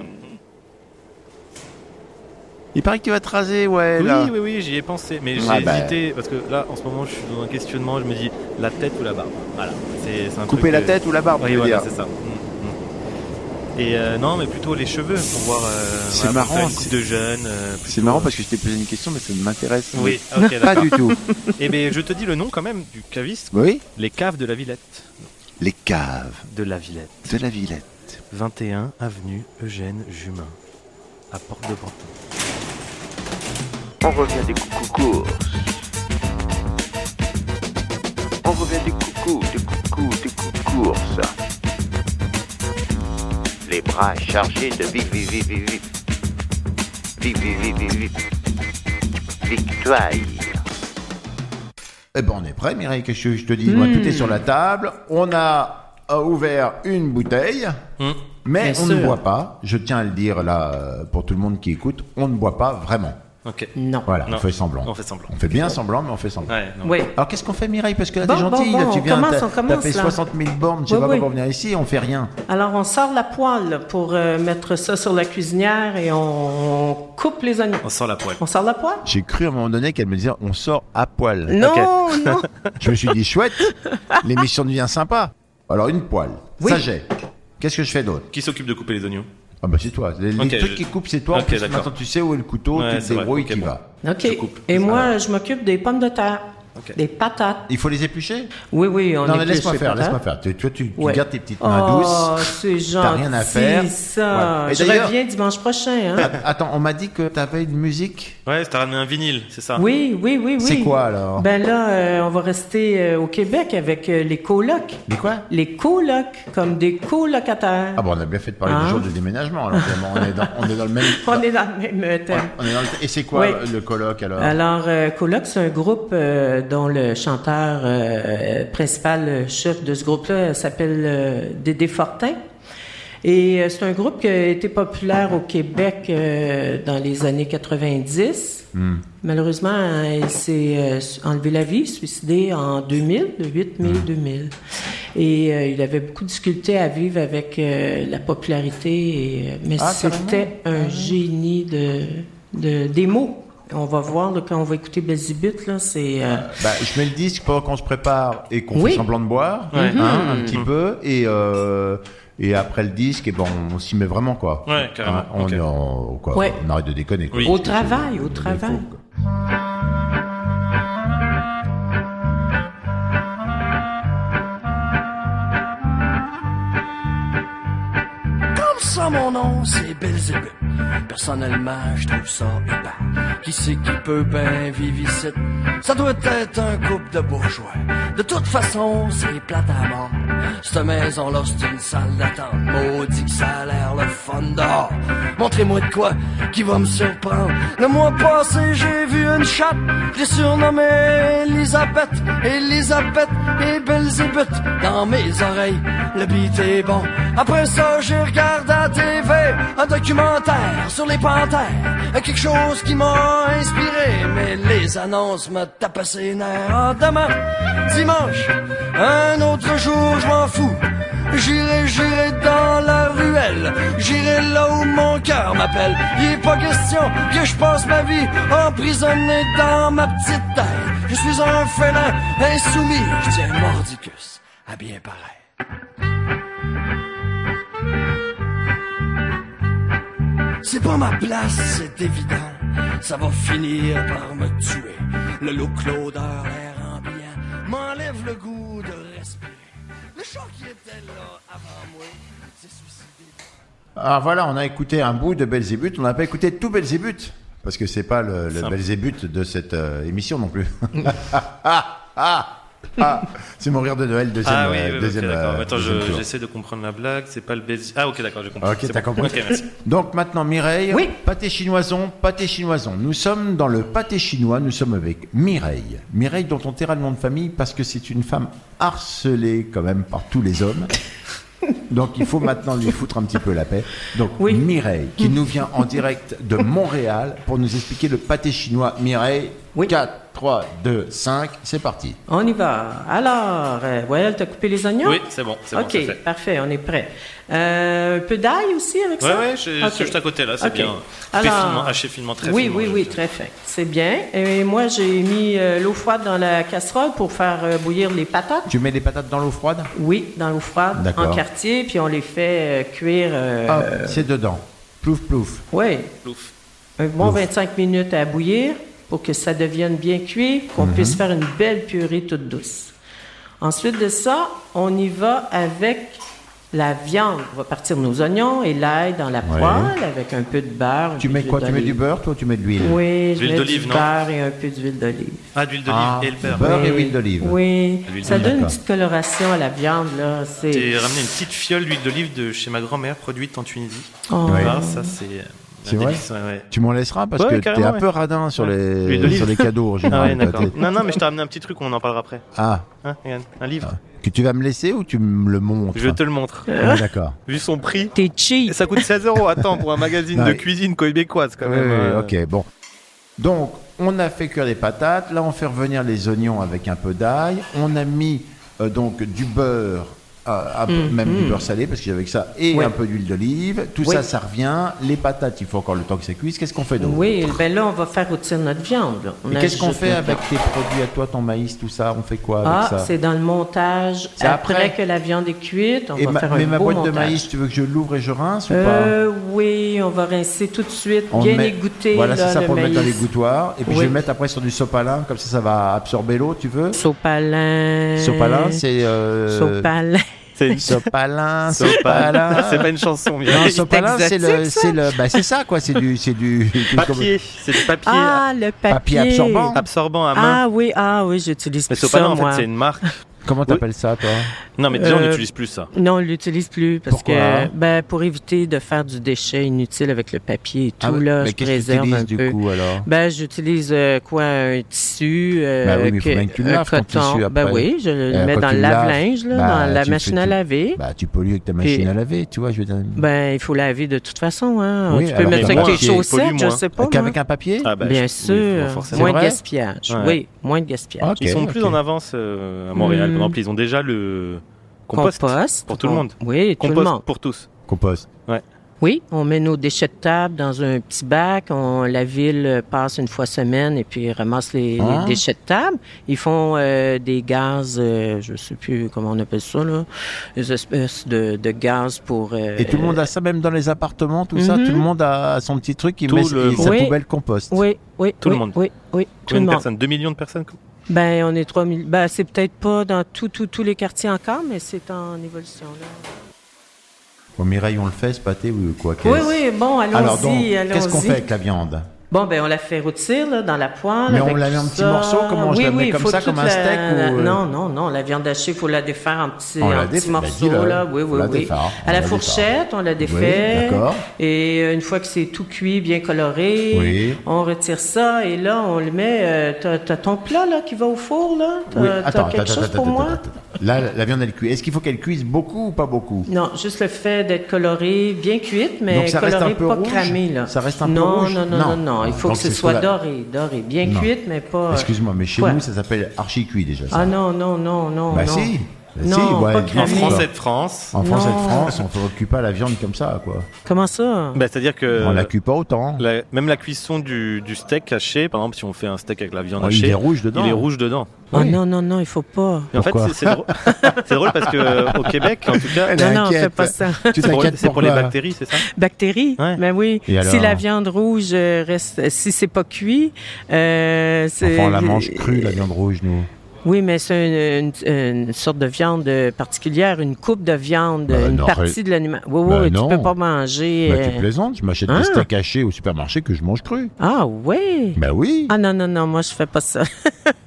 B: Il paraît que tu vas te raser, ouais.
C: Oui,
B: là.
C: oui, oui, j'y ai pensé, mais j'ai
B: Ah bah.
C: hésité parce que là, en ce moment, je suis dans un questionnement. Je me dis la tête ou la barbe. Voilà, c'est c'est un
B: Couper
C: truc,
B: la
C: euh,
B: tête ou la barbe, tu
C: Oui,
B: veux
C: voilà,
B: dire.
C: c'est ça. Mm, mm. Et euh, non, mais plutôt les cheveux pour voir. euh,
B: C'est
C: voilà, pour
B: marrant,
C: faire une coupe de jeune. euh,
B: C'est marrant parce que je t'ai posé une question, mais ça ne m'intéresse
C: oui, ok,
B: pas
C: d'accord.
B: du tout.
C: Et bien, je te dis le nom quand même du caviste
B: Oui
C: les caves de la Villette.
B: Les caves
C: De la Villette.
B: de la Villette.
C: 21 avenue Eugène Jumin, à Porte de Pantin.
A: On revient des coucou courses. On revient des coucou, des coucou, des coucou courses.
F: les bras chargés de vive, vive, vive, vive, vive, vive, vive, vive, vive, victoire.
B: Eh ben, on est prêt, Mireille, qu'est-ce que je te dis Moi, Tout est sur la
C: Hmm.
B: table. On a euh, ouvert une bouteille,
C: Hmm.
B: mais
D: Bien
B: on ne
D: sûr.
B: boit pas. Je tiens à le dire là, euh, pour tout le monde qui écoute, on ne boit pas vraiment.
C: Ok.
D: Non.
B: Voilà,
C: Non.
B: on fait semblant.
C: On fait semblant.
B: On fait bien semblant, mais on fait semblant.
C: Ouais, non.
D: Oui.
B: Alors qu'est-ce qu'on fait Mireille Parce que là
D: Bon,
B: t'es
D: bon,
B: gentille, là,
D: bon,
B: tu
D: on
B: viens,
D: commence,
B: t'as-
D: on commence,
B: t'as fait
D: là.
B: 60 000 bornes, je sais
D: Oui,
B: pas
D: oui.
B: pourquoi venir ici, on fait rien.
D: Alors, on sort la poêle pour euh, mettre ça sur la cuisinière et on coupe les oignons.
C: On sent la poêle.
D: On sort la poêle?
B: J'ai cru à un moment donné qu'elle me disait on sort à poil.
D: Non, non.
B: Je me suis dit chouette, l'émission devient sympa. Alors une poêle,
D: Oui.
B: ça j'ai. Qu'est-ce que je fais d'autre
C: Qui s'occupe de couper les oignons
B: Ah bah c'est toi. Les, les
C: Ok,
B: trucs
C: je-
B: qui coupent c'est toi.
C: Ok,
B: parce que
C: d'accord.
B: maintenant tu sais où est le couteau,
C: Ouais,
B: tu te
C: c'est vrai,
B: débrouilles,
C: ok,
B: tu
C: bon.
B: vas.
D: OK.
C: Je coupe.
D: Et moi, je m'occupe des pommes de terre,
C: Ok.
D: des patates.
B: Il faut les éplucher
D: Oui, oui, on
B: Non
D: est
B: mais laisse-moi
D: plus
B: faire,
D: chez patates.
B: laisse-moi faire. Tu, tu, tu- tu
D: Ouais.
B: gardes tes petites mains
D: oh,
B: douces.
D: c'est gentil.
B: T'as rien à faire.
D: ça.
B: Ouais. Et
D: Je
B: d'ailleurs- euh,
D: reviens dimanche prochain. Hein?
B: Attends, on m'a dit que t'avais une musique.
C: Ouais, t'as ramené un vinyle, c'est ça
D: oui, oui, oui, oui.
B: C'est quoi, alors?
D: Ben là, euh, on va rester euh, au Québec avec euh, les colocs.
B: Mais quoi
D: Les colocs, comme des colocataires.
B: Ah bon, on a bien fait de parler
D: Hein
B: du jour du déménagement. Alors finalement, on est dans, on est dans le même.
D: On est dans le même thème.
B: On est dans le- Et c'est quoi
D: Oui.
B: le colloque alors
D: Alors, euh, Coloc, c'est un groupe euh, dont le chanteur euh, euh, principal, euh, chef de ce groupe-là, euh, s'appelle euh, Dédé Fortin. Et euh, c'est un groupe qui a été populaire au Québec euh, dans les années 90. Malheureusement, euh, il s'est euh, enlevé la vie, suicidé en 2000, le 8 mai 2000. Et euh, il avait beaucoup de difficultés à vivre avec euh, la popularité, et, euh, mais
B: Ah,
D: c'était un génie de, de- des mots. On va voir là, quand on va écouter Belzibut, là, c'est euh,
B: Bah, je mets le disque pendant qu'on se prépare et qu'on
D: Oui. Mhm.
B: fait semblant de boire,
C: Ouais.
B: hein, un
C: Mhm.
B: petit peu, et euh, et après le disque, et ben on, on s'y met vraiment quoi.
C: Ouais, carrément.
B: Hein, on,
C: Ok.
B: est en- quoi,
D: Ouais.
B: on arrête de déconner. Quoi.
C: Oui.
D: au travail, au travail.
B: quoi.
G: Comme ça, mon nom, c'est Belzébuth. Personnellement, je trouve ça épais. Qui c'est qui peut bien vivre ici? Ça doit être un couple de bourgeois. De toute façon, c'est plate à mort. Cette maison-là, c'est une salle d'attente. Maudit que ça a l'air le fun dehors. Montrez-moi de quoi qui va me surprendre. Le mois passé, j'ai vu une chatte. J'ai surnommé Elisabeth, Elisabeth et Belzébuth. Dans mes oreilles, le beat est bon. Après ça, j'ai regardé à TV un documentaire sur les panthères. Quelque chose qui m'a inspiré, mais les annonces me tapent ses nerfs. Ah, demain, dimanche, un autre jour, je m'en fous. J'irai, j'irai dans la ruelle, j'irai là où mon cœur m'appelle. Il est pas question que je passe ma vie emprisonné dans ma petite tête. Je suis un félin insoumis, je tiens mordicus à bien pareil. C'est pas ma place, c'est évident. Ça va finir par me tuer. Le look, l'odeur, l'air ambiant m'enlève le goût de respirer. Le chat qui était là avant moi s'est suicidé.
B: Alors Ah, voilà, on a écouté un bout de Belzébuth, on n'a pas écouté tout Belzébuth, parce que c'est pas le, le Belzébuth de cette euh, émission non plus.
D: Mm.
B: ah, ah, ah. c'est mon rire de Noël deuxième.
C: Ah oui,
B: euh,
C: oui, oui, ok,
B: deuxième,
C: d'accord.
B: euh,
C: Attends,
B: deuxième
C: je-
B: tour.
C: j'essaie de comprendre la blague. C'est pas le Belgi. Ah, ok, d'accord, j'ai compris.
B: Ok,
C: C'est
B: t'as compris.
C: Ok, merci.
B: Donc maintenant, Mireille,
D: Oui.
B: pâté chinoison, pâté chinoison. Nous sommes dans le pâté chinois, nous sommes avec Mireille. Mireille dont on taira le nom de famille parce que c'est une femme harcelée quand même par tous les hommes. Donc il faut maintenant lui foutre un petit peu la paix. Donc
D: Oui.
B: Mireille, qui nous vient en direct de Montréal pour nous expliquer le pâté chinois. Mireille,
D: Oui.
B: 4, 3, 2, 5, c'est parti.
D: On y va. Alors, euh, Wael, t'as coupé les oignons?
C: Oui, c'est bon, c'est bon,
D: OK,
C: c'est fait.
D: parfait, on est prêt. Euh, un peu d'ail aussi avec
C: Ouais,
D: ça?
C: ouais, je-
D: Ah, OK.
C: c'est juste à côté, là, c'est
D: OK. Ah,
C: bien. Fait finement, haché finement, très
D: oui,
C: finement,
D: Oui,
C: je
D: oui,
C: dirais.
D: très fin. C'est bien. Et moi, j'ai mis euh, l'eau froide dans la casserole pour faire euh, bouillir les patates.
B: Tu mets des patates dans l'eau froide
D: Oui, dans l'eau froide,
B: D'accord. Ah.
D: en quartier, puis on les fait euh, cuire. euh,
B: Hop, c'est dedans. Plouf, plouf.
D: Oui,
C: Plouf.
D: un bon 25 minutes à bouillir pour que ça devienne bien cuit, qu'on
B: Mhm.
D: puisse faire une belle purée toute douce. Ensuite de ça, on y va avec la viande. On va partir nos oignons et l'ail dans la
B: Ouais.
D: poêle avec un peu de beurre. un
B: Tu
D: peu
B: mets
D: d'huile
B: quoi Tu mets du
D: d'olive.
B: beurre, toi, ou tu mets de l'huile
D: Oui, je
C: L'huile
D: mets du
C: d'olive, non?
D: beurre et un peu d'huile d'olive.
C: Ah, d'huile d'olive
B: Ah,
C: et le beurre.
B: beurre. et
D: Oui.
B: huile d'olive.
D: Oui,
C: L'huile
D: ça
C: d'olive,
D: donne une
B: d'accord.
D: petite coloration à la viande, là. C'est...
C: J'ai ramené une petite fiole d'huile d'olive de chez ma grand-mère, produite en Tunisie.
D: Oh.
B: Ouais.
C: Ah, ça, c'est. euh, un
B: C'est vrai
C: délice, ouais, ouais.
B: Tu m'en laisseras parce
C: Ouais,
B: que t'es
C: carrément,
B: un
C: ouais.
B: peu radin sur,
C: Ouais. L'huile
B: les,
C: d'olive.
B: sur les cadeaux en
C: Ah, ouais,
B: général.
C: d'accord.
B: toi, t'es-
C: Non, non, mais je t'ai ramené un petit truc, on en parlera après.
B: ah,
C: Hein, Yann un livre
B: que tu vas me laisser ou tu me le montres
C: Je te le montre.
D: Euh.
B: Ah, D'accord.
C: Vu son prix,
D: T'es cheap.
C: ça coûte 16 euros. Attends, pour un magazine
B: Non,
C: de
B: mais-
C: cuisine québécoise, quand
B: Oui,
C: même.
B: oui,
C: euh,
B: ok, bon. Donc, on a fait cuire les patates. Là, on fait revenir les oignons avec un peu d'ail. On a mis euh, donc du beurre, euh, un peu-
D: Mm,
B: même du beurre salé, parce que j'avais que ça, et
D: Oui.
B: un peu d'huile d'olive. Tout
D: Oui.
B: ça, ça revient. Les patates, il faut encore le temps que ça cuise. Qu'est-ce qu'on fait d'autre
D: Oui, ben là, on va faire rôtir notre viande. là. On
B: Et qu'est-ce qu'on
D: ajoute
B: fait
D: notre
B: avec tes produits à toi, ton maïs, tout ça On fait quoi avec ça
D: Ah, c'est dans le montage.
B: C'est
D: après,
B: après.
D: que la viande est cuite, on
B: Et
D: va
B: ma-
D: faire un
B: Mais ma
D: beau
B: boîte
D: montage.
B: de maïs, tu veux que je l'ouvre et je rince ou pas
D: Euh, oui, on va rincer tout de suite,
B: On
D: bien
B: met-
D: égoutter
B: Voilà,
D: là,
B: c'est ça
D: le
B: pour le
D: maïs.
B: mettre dans l'égouttoir. Et puis je
D: Oui.
B: vais le mettre après sur du sopalin, comme ça, ça va absorber l'eau, tu veux
D: Sopalin.
B: Sopalin, c'est. euh,
D: Sopalin.
C: C'est une
B: Sopalin,
C: sopalin.
B: sopalin.
C: c'est pas une chanson, mais.
B: Non, sopalin, c'est le,
D: exotique, ça.
B: c'est le, bah, c'est ça quoi, c'est du, c'est du
C: Papier, c'est du papier
D: Ah, le papier.
B: Papier absorbant.
C: absorbant à main.
D: Ah oui, ah oui, j'utilise
C: mais
D: plus
C: Sopalin,
D: ça,
C: en
D: moi.
C: fait, c'est une marque.
B: Comment t'appelles ça, toi
C: Non, mais déjà, on
D: Euh,
C: n'utilise plus ça.
D: Non, on l'utilise plus parce
B: Pourquoi?
D: que ben pour éviter de faire du déchet inutile avec le papier et tout
B: Ah ouais,
D: là,
B: mais
D: je
B: qu'est-ce que
D: préserve
B: t'utilises
D: un
B: du
D: peu.
B: coup alors
D: Ben, j'utilise euh, quoi un tissu euh,
B: Ben oui, mais faut
D: que-
B: bien que tu le
D: un
B: laves, ton
D: coton.
B: tissu,
D: Ben
B: après.
D: oui, je le
B: Euh,
D: mets
B: quand
D: dans
B: tu
D: le
B: le
D: lave-linge
B: laves,
D: là,
B: ben,
D: dans la
B: tu
D: machine
B: fais
D: à
B: tout.
D: laver.
B: Bah, tu pollues avec ta machine
D: Puis-
B: à laver, tu vois, je veux dire.
D: Ben, il faut laver de toute façon hein.
B: Ben Oui,
D: tu peux
B: alors,
D: mettre ça
C: mais
D: avec
C: moins,
D: tes
C: qui pollue
D: chaussettes, je
C: moins.
D: sais pas.
B: Qu'avec
D: moi.
B: un papier
C: Ah, bah,
D: Bien
C: je-
D: sûr,
C: oui, bon, forcément.
D: moins de
B: vrai?
D: gaspillage.
C: Ouais. Ah,
D: Oui, moins de gaspillage.
B: Ah, Ok,
C: Ils sont plus
B: ok.
C: en avance euh, à Montréal.
D: Mm.
C: Par exemple, ils ont déjà le compost. Pour tout le
D: on-
C: monde.
D: Oui, tout le
C: Compost
D: monde.
C: pour tous.
B: Compost.
D: Oui, on met nos déchets de table dans un petit bac. On, la ville euh, passe une fois semaine et puis ramasse les, les
B: Ah.
D: déchets de table. Ils font euh, des gaz, euh, je sais plus comment on appelle ça là, des espèces de, de gaz pour. euh,
B: Et tout le monde a ça, même dans les appartements, tout ça.
D: Mhm.
B: Tout le monde a son petit truc, il
C: Tout
B: met
C: le-
B: sa
D: Oui.
B: poubelle compost.
D: Oui, oui.
C: Tout le
D: oui,
C: monde.
D: Oui, oui, tout
C: Combien
D: le
C: de
D: monde.
C: personnes 2 millions de personnes
D: Ben, on est 3000. Ben, c'est peut-être pas dans tout, tout, tous les quartiers encore, mais c'est en évolution là.
B: Bon, Mireille, on le fait ce pâté ou quoi
D: Oui,
B: qu'est-ce
D: oui. Bon,
B: Alors donc,
D: allons-y, allons-y.
B: qu'est-ce qu'on fait avec la viande
D: Bon, ben, on la fait rôtir là, dans la poêle.
B: Mais on
D: avec
B: la met en
D: tout
B: petits
D: ça.
B: morceaux, comment je
D: oui,
B: la mets
D: oui,
B: comme
D: faut
B: ça, comme
D: toute
B: un
D: la-
B: steak
D: la-
B: ou, euh,
D: Non, non, non, la viande hachée, il faut la défaire en petits,
B: On la
D: en
B: défait,
D: petits
B: bah,
D: morceaux.
B: dis-le.
D: là. Oui,
B: On
D: oui,
B: la
D: oui.
B: défait, on
D: À la
B: la
D: fourchette, on la défait.
B: d'accord.
D: Et euh, une fois que c'est tout cuit, bien coloré,
B: Oui.
D: on retire ça et là, on le met. euh, T'as t'as ton plat là qui va au four là T'as
B: Oui,
D: Euh, t'as
B: attends,
D: quelque
B: attends,
D: chose
B: attends,
D: pour
B: attends,
D: moi
B: attends, attends. Là, la la viande, elle cuit. Est-ce qu'il faut qu'elle cuise beaucoup ou pas beaucoup
D: Non, juste le fait d'être coloré, bien cuite, mais
B: Donc, ça reste
D: coloré,
B: un peu
D: pas
B: rouge
D: cramé. Là.
B: Ça reste un peu
D: non,
B: rouge
D: Non, non,
B: Non.
D: non, non, Il faut
B: Donc,
D: que ce
B: c'est
D: soit
B: sous la-
D: doré, doré, bien
B: Non.
D: cuite, mais pas. euh,
B: Excuse-moi, mais chez
D: Quoi?
B: nous, ça s'appelle archi-cuit déjà. ça.
D: Ah non, non, non, non.
B: Bah
D: Ah non.
B: si, bah si,
D: non,
B: ouais,
D: pas
B: non,
C: En
D: cramé.
B: Oui.
C: France et de France.
B: En France et de
D: Non.
B: France, on ne recule pas la viande comme ça, quoi.
D: Comment ça
B: Ben
C: Bah, C'est-à-dire que
D: Euh,
B: on la cuit pas autant.
C: la- même la cuisson du, du steak haché, par exemple, si on fait un steak avec la viande
B: Oh,
C: hachée,
B: il est rouge dedans.
C: il est rouge dedans.
D: Ah
B: Oui.
D: non, non, non, il faut pas.
C: Et en fait,
B: Pourquoi
C: c'est- c'est drôle. c'est drôle parce que euh, au Québec, en tout cas,
B: Elle
D: Non, non,
B: Ben, inquiète.
D: fais pas ça.
B: Tu
C: c'est pour,
B: t'inquiètes
C: c'est pour les
B: pourquoi
C: bactéries, c'est ça
D: Bactéries,
C: Ouais.
D: ben oui.
B: Et alors?
D: Si la viande rouge euh, reste, si c'est pas cuit, euh, c'est.
B: Enfin, on la mange crue, la viande rouge, nous.
D: Oui, mais c'est une, une- une sorte de viande euh, particulière, une coupe de viande,
B: Ben
D: une
B: non,
D: partie de l'animal. Oui, oui,
B: Ben
D: oui,
B: non.
D: tu peux pas
H: Eh.
D: manger.
B: Bah, tu
D: euh,
B: plaisantes, je m'achète
D: hein
B: des steaks hachés au supermarché que je mange cru.
D: Ah oui.
B: Bah oui,
D: Ah non, non, non, moi je fais pas ça.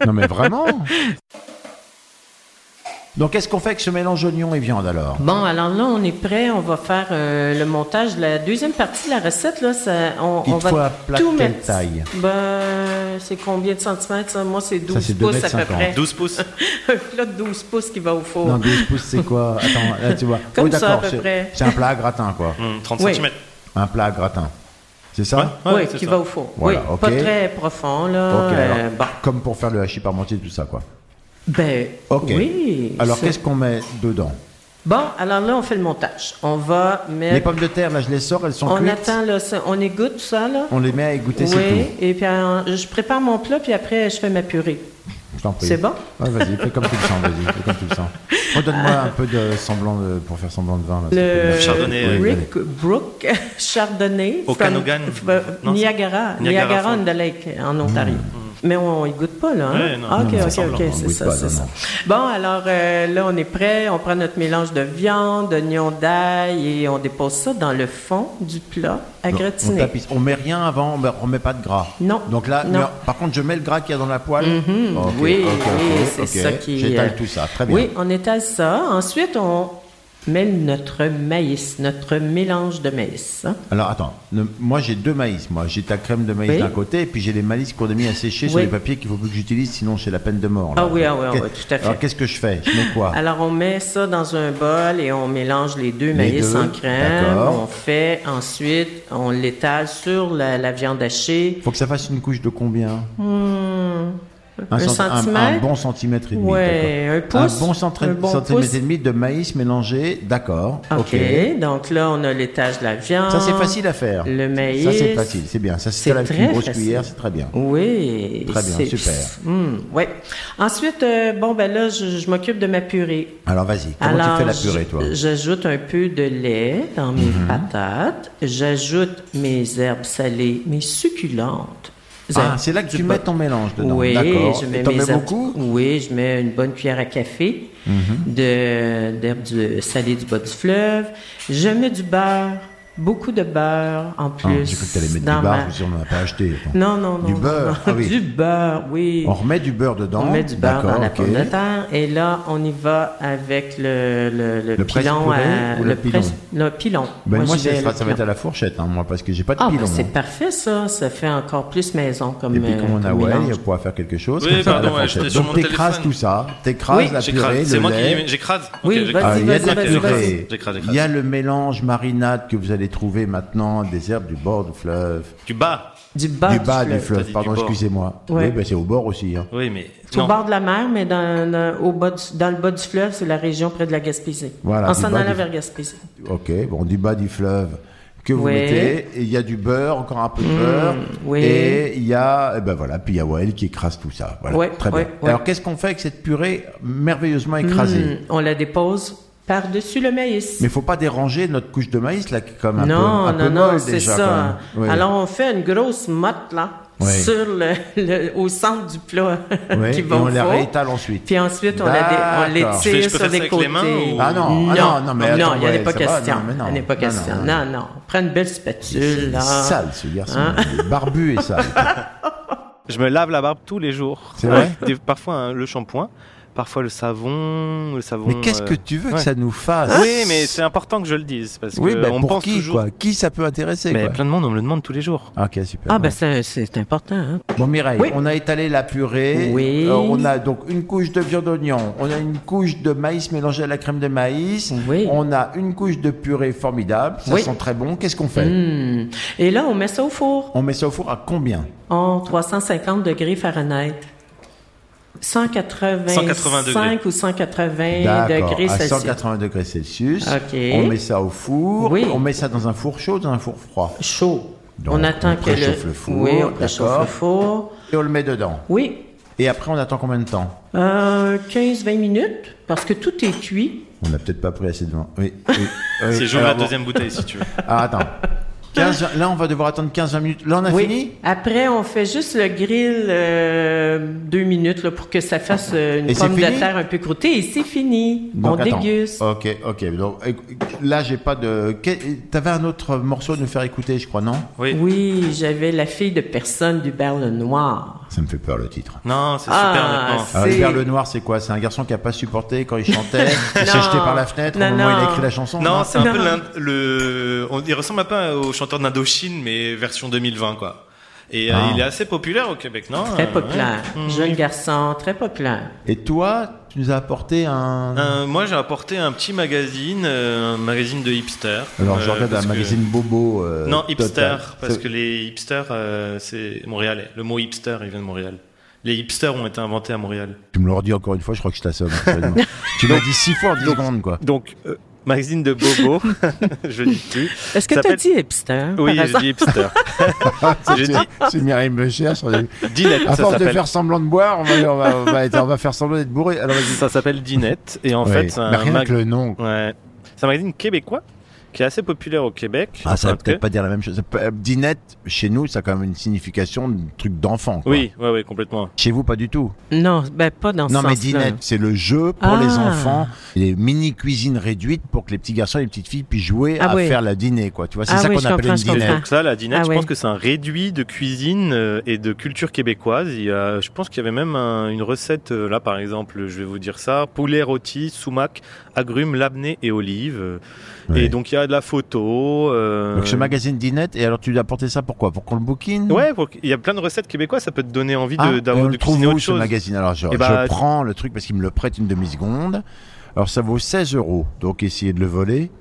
B: non mais vraiment. Donc, qu'est-ce qu'on fait avec ce mélange oignon et viande, alors
D: Bon, alors là, on est prêt, on va faire euh, le montage. de La deuxième partie de la recette, là, ça, on,
B: Il
D: on
B: te
D: va
B: faut un plat de
D: tout
B: quelle
D: mettre.
B: taille
D: Ben, c'est combien de centimètres, ça? Moi, c'est 12
B: c'est deux
D: pouces
B: mètres
D: à peu
B: cinquante.
D: près.
C: 12 pouces.
D: Un plat de 12 pouces qui va au four.
B: Non, 12 pouces, c'est quoi Attends, là, tu vois.
D: Oh.
H: Oh,
D: Comme
B: oui,
D: ça,
B: d'accord,
D: à peu
B: c'est-
D: près. Mm.
B: c'est un plat à gratin, quoi.
C: Hum, 30
D: Oui.
C: cm.
B: Un plat à gratin.
H: C'est ça
C: Ouais,
D: oui,
C: c'est
D: qui
C: ça.
D: va au four.
H: Voilà,
D: oui,
H: ok.
D: pas très profond, là.
H: Ok, alors,
D: euh, bon.
H: Comme pour faire le hachis parmentier, tout ça, quoi.
D: Ben,
H: Ok.
D: oui.
H: Alors,
D: c'est-
H: qu'est-ce qu'on met dedans
D: Bon, alors là, on fait le montage. On va mettre...
H: Les pommes de terre, là, je les sors, elles sont
D: on
H: cuites.
D: attend, là, ça- on égoutte tout ça, là.
H: On les met à égoutter, c'est
D: oui, et puis euh, je prépare mon plat, puis après, je fais ma purée.
H: tout. Je t'en prie.
D: C'est bon?
H: Ouais, vas-y, fais comme tu le sens, vas-y, fais comme tu le sens. Redonne-moi un peu de semblant de- pour faire semblant de vin. Là, s'il te
D: Le
H: plaît.
C: Chardonnay,
H: Oui, oui.
D: Euh, Rick Brook Chardonnay.
C: Okanogan.
D: from- f- euh,
C: Non, c'est-
D: Niagara.
C: Niagara
D: Niagara on
C: Falls.
D: the Lake, euh, en Ontario.
H: Mm.
D: Mm. Mais on ne goûte pas, là. Hein?
C: Ouais, non,
D: Ah, ok,
C: non, ça
D: ok,
C: semble,
D: ok,
C: on
D: c'est
H: goûte
D: ça,
H: pas,
D: c'est
H: non,
D: ça.
H: non.
D: Bon, alors euh, là, on est prêt. On prend notre mélange de viande, d'oignons d'ail et on dépose ça dans le fond du plat à
H: Non, on,
D: gratiner.
H: tapisse. on met rien avant, on met- on met pas de gras.
D: Non,
H: Donc là,
D: non. Mm-hmm.
H: mais- par contre, je mets le gras qu'il y a dans la poêle. Ok,
D: Mhm. oui,
H: ok, ok,
D: oui, c'est
H: ok.
D: ça qui.
H: J'étale
D: euh,
H: tout ça, très bien.
D: Oui, on étale ça. Ensuite, on met notre maïs, notre mélange de maïs. hein.
H: Alors attends, Ne- moi j'ai deux maïs. Moi j'ai ta crème de maïs
D: Oui.
H: d'un côté et puis j'ai les maïs qu'on a mis à sécher sur
D: Oui.
H: les papiers qu'il faut plus que j'utilise sinon c'est la peine de mort. là.
D: Ah oui, ah oui, ah oui,
H: Qu'est-
D: tout à fait.
H: Alors qu'est-ce que je fais Je mets quoi
D: Alors, on met ça dans un bol et on mélange les deux maïs
H: deux,
D: en crème.
H: d'accord.
D: On fait ensuite, on l'étale sur la, la viande hachée.
H: Faut que ça fasse une couche de combien
D: un
H: cent-
D: centimètre?
H: bon centimètre et demi.
D: Ouais,
H: d'accord.
D: un pouce,
H: Un bon, centri-
D: un bon
H: centimètre
D: pouce.
H: et demi de maïs mélangé, d'accord.
D: OK. Donc là, on a l'étage de la viande.
H: Ça c'est facile à faire.
D: Le maïs.
H: Ça c'est facile, c'est bien. Ça c'est
D: C'est
H: avec une
D: très
H: grosse
D: facile.
H: cuillère, c'est très bien.
D: Oui.
H: Très bien,
D: c'est-
H: super.
D: Hum, ouais. Ensuite, euh, bon, ben là, je, je m'occupe de ma purée.
H: Alors vas-y, comment
D: Alors,
H: tu fais la
D: j-
H: purée toi Mhm.
D: J'ajoute un peu de lait dans mes patates. J'ajoute mes herbes salées, mes succulentes.
H: Ah,
D: herbes
H: c'est là que
D: du
H: tu
D: bas.
H: mets ton mélange dedans.
D: Oui,
H: D'accord.
D: je
H: Et
D: mets
H: t'en
D: mes
H: mets
D: herbes-
H: beaucoup Mhm.
D: Oui, je mets une bonne cuillère à café de- d'herbes du- salées du bas du fleuve. Je mets du beurre, beaucoup de beurre en
H: Ah,
D: plus.
H: J'ai cru que t'allais mettre du
D: dans
H: beurre,
D: ma-
H: je me suis dit, on n'en a pas acheté. Attends.
D: Non, non, non.
H: Du
D: non,
H: beurre,
D: non.
H: ah oui.
D: Du beurre, oui.
H: On remet du beurre dedans.
D: On met du beurre
H: D'accord,
D: dans la
H: ok.
D: pomme de terre et là, on y va avec le, le, le
H: Le
D: pilon.
H: presse-purée
D: à-
H: ou le pilon?
D: presse- le pilon.
H: Ben, moi,
D: j'y
H: ça,
D: vais
H: sera-
D: le
H: ça va être
D: pilon.
H: à la fourchette, hein, moi, parce que j'ai pas de
D: Ah, ben,
H: pilon.
D: c'est
H: moi.
D: parfait ça. Ça fait encore plus maison comme
H: Et puis,
D: euh,
H: comme on a
D: comme
H: Well,
D: mélange.
H: on pourra faire quelque chose.
C: Oui,
H: comme ça, à la
C: pardon, ouais,
H: fourchette.
C: j'étais sur
H: Donc,
C: mon
H: t'écrases
C: téléphone.
H: tout ça. T'écrases
D: Oui,
H: la purée,
C: J'écrase. C'est
H: le
C: moi
H: lait.
C: qui j'écrase.
D: Oui,
C: Ok, j'écrase.
D: vas-y,
H: Ah, il y a
D: vas-y,
H: de la
D: vas-y,
H: purée.
D: vas-y.
C: J'écrase,
H: Il y a le mélange marinade que vous allez trouver maintenant des herbes du bord du fleuve.
C: Du bas.
D: Du bas
H: euh, du bas du
C: T'as
H: fleuve,
C: dit
H: pardon,
C: du bord.
H: excusez-moi.
D: Ouais.
H: Oui, ben, c'est au bord aussi. hein.
C: Oui, mais.
D: Au bord de la mer, mais dans, le- au bas du- dans le bas du fleuve, c'est la région près de la Gaspésie.
H: Voilà,
D: en
H: du
D: s'en
H: bas
D: allant
H: du-
D: vers Gaspésie.
H: Ok, bon, du bas du fleuve que vous
D: Ouais. Hmm,
H: mettez. Et il y a du beurre, encore un peu de beurre.
D: oui.
H: Et il y a, eh ben voilà, puis il y a Wael qui écrase tout ça. Voilà,
D: Ouais,
H: très
D: ouais,
H: bien.
D: ouais.
H: Alors qu'est-ce qu'on fait avec cette purée merveilleusement écrasée
D: Hum, on la dépose par-dessus le maïs.
H: Mais faut pas déranger notre couche de maïs là, qui est quand même un
D: non,
H: peu, un
D: non,
H: peu
D: non,
H: molle
D: c'est
H: déjà, quand même.
D: ça.
H: Oui.
D: Alors, on fait une grosse motte, là,
H: Oui.
D: sur le, le- au centre du plat
H: Oui,
D: qui
H: et
D: va
H: on
D: au
H: la
D: four.
H: réétale ensuite.
D: Puis ensuite, on la dé- on
H: D'accord.
D: l'étire
C: Je peux
D: sur
C: faire ça
D: les
C: avec
D: côtés.
C: les mains ou-
H: Ah non, ah non, non, mais attends,
D: il n'y en a
H: ouais,
D: pas
H: ça va,
D: question.
H: non, mais non.
D: Il n'y en a pas
H: Non,
D: question.
H: non,
D: Non,
H: non.
D: non. Prends une belle spatule,
H: Il est
D: là.
H: sale ce garçon,
D: Hein?
H: il est barbu et sale.
C: Je me lave la barbe tous les jours.
H: C'est vrai
C: Des- Parfois hein, le shampoing, parfois le savon, le savon.
H: mais qu'est-ce
C: euh,
H: que tu veux que
C: ouais.
H: ça nous fasse
C: Oui, mais c'est important que je le dise parce
H: Oui,
C: que
H: ben,
C: on
H: pour
C: pense
H: qui
C: toujours.
H: quoi Qui ça peut intéresser
C: Mais
H: quoi
C: plein de monde on me le demande tous les jours.
H: Ah, Ok, super.
D: Ah, ben, c'est- c'est important. hein.
H: Bon Mireille,
D: Oui.
H: on a étalé la purée.
D: Oui.
H: Euh, on a donc une couche de viande d'oignon. On a une couche de maïs mélangée à la crème de maïs.
D: Oui.
H: On a une couche de purée formidable. ah, Ça
D: Oui.
H: sent très bon. Qu'est-ce qu'on fait
D: Hum. Et là, on met ça au four.
H: On met ça au four à combien
D: En 350 degrés Fahrenheit. 185
C: 180 degrés.
D: ou 180
H: D'accord.
D: degrés
H: À
D: Celsius.
H: 180 degrés Celsius.
D: Ok.
H: On met ça au four.
D: Oui.
H: On met ça dans un four chaud, ou dans un four froid.
D: Chaud.
H: Donc,
D: on attend
H: on
D: que
H: préchauffe
D: le...
H: le four,
D: Oui, on préchauffe
H: d'accord.
D: le four.
H: Et on le met dedans.
D: Oui,
H: Et après, on attend combien de temps
D: Euh, 15-20 minutes, parce que tout est cuit.
H: On n'a peut-être pas pris assez de vin. Oui. oui, oui.
C: C'est j'ouvre
H: Euh, Alors
C: la
H: bon.
C: deuxième bouteille si tu veux.
H: Ah, attends. 15, là, on va devoir attendre 15-20 minutes. Là, on a fini
D: Après, on fait juste le grill euh, deux minutes là, pour que ça fasse euh, une
H: Et c'est
D: pomme de
H: fini?
D: terre un peu croûtée et c'est fini.
H: Donc,
D: on
H: attends. Euh,
D: déguste.
H: Ok, ok. Donc, éc- là, j'ai pas de. Que- T'avais un autre morceau à nous faire écouter, je crois, non
C: Oui.
D: Oui, j'avais la fille de personne du le Noir.
H: Ça me fait peur le titre.
C: Non, c'est
D: Ah,
C: super maintenant.
D: c'est-
H: Alors, Hubert le Noir, c'est quoi C'est un garçon qui a pas supporté quand il chantait, il s'est
D: Non.
H: jeté par la fenêtre
D: Non,
H: au moment où il
D: non.
H: a écrit la chanson.
C: Non, c'est un
D: Non.
C: peu l'Ind- le. on- Il ressemble un peu au chanteur d'Indochine, mais version 2020, quoi. Et euh,
H: Ah.
C: il est assez populaire au Québec, non
D: Très
C: Euh,
D: populaire.
C: ouais. Mm.
D: Jeune garçon, très populaire.
H: Et toi, tu Tu nous as apporté un.
C: Euh, moi, j'ai apporté un petit magazine, euh, un magazine de hipster.
H: Alors, je
C: Euh,
H: regarde
C: parce
H: un
C: que-
H: magazine bobo. euh,
C: non, hipster,
H: total.
C: parce
H: C'est-
C: que les hipsters, euh, c'est montréalais. Le mot hipster, il vient de Montréal. Les hipsters ont été inventés à Montréal.
H: Tu me le redis encore une fois, je crois que je t'assomme. actuellement. tu l'as dit six fois en dix secondes, quoi.
C: Donc, euh, magazine de Bobo, je dis plus.
D: Est-ce que
C: Ça
D: tu as
C: s'appelle-
D: dit hipster?
C: Oui,
D: par
C: je
D: hasard?
C: dis hipster.
H: C'est
D: Ah,
C: j'ai dit-
H: c'est Mireille me cherche. on a dit-
C: Dinette,
H: À
C: ça
H: force de
C: s'appelle.
H: faire semblant de boire, on va, on va- on va être- on va faire semblant d'être bourré. Alors, vas-y.
C: Ça s'appelle Dinette. Et en
H: Ouais.
C: fait, c'est
H: Mais
C: un,
H: rien
C: mag-
H: que le nom.
C: ouais. C'est un magazine québécois qui est assez populaire au Québec.
H: Ah, ça va
C: Parce
H: peut-être
C: que-
H: pas dire la même chose. Euh, Dinette, chez nous, ça a quand même une signification de truc d'enfant. quoi.
C: Oui, ouais, ouais, complètement.
H: Chez vous, pas du tout.
D: Non, ben pas dans ce
H: non, mais
D: sens-là.
H: dinette, c'est le jeu pour
D: Ah.
H: les enfants, les mini cuisines réduites pour que les petits garçons et les petites filles puissent jouer
D: Ah
H: à
D: oui.
H: faire la dîner, quoi. Tu vois, c'est
D: Ah
H: ça
D: oui,
H: qu'on
D: je
H: appelle une
D: comprends, je
C: Et
D: comprends.
H: dinette.
C: donc ça, la dinette,
D: Ah
C: je
D: ouais.
C: pense que c'est un réduit de cuisine euh, et de culture québécoise. Il y a- je pense qu'il y avait même un- une recette, euh, là par exemple, je vais vous dire ça, poulet rôti, soumac, agrumes, labné et olives. euh,
H: Ouais.
C: Et donc il y a de la photo. euh,
H: Donc ce magazine dinette, et alors tu lui as apporté ça pourquoi Pour qu'on le bouquine
C: Ouais, pour- il y a plein de recettes québécoises, ça peut te donner envie de,
H: Ah,
C: d'avoir-
H: et on
C: de
H: le trouve
C: cuisiner
H: où
C: autre
H: ce
C: chose.
H: magazine Alors je,
C: Eh
H: je
C: bah,
H: prends le truc parce qu'il me le prête une demi-seconde. Alors ça vaut 16 euros, donc essayez de le voler.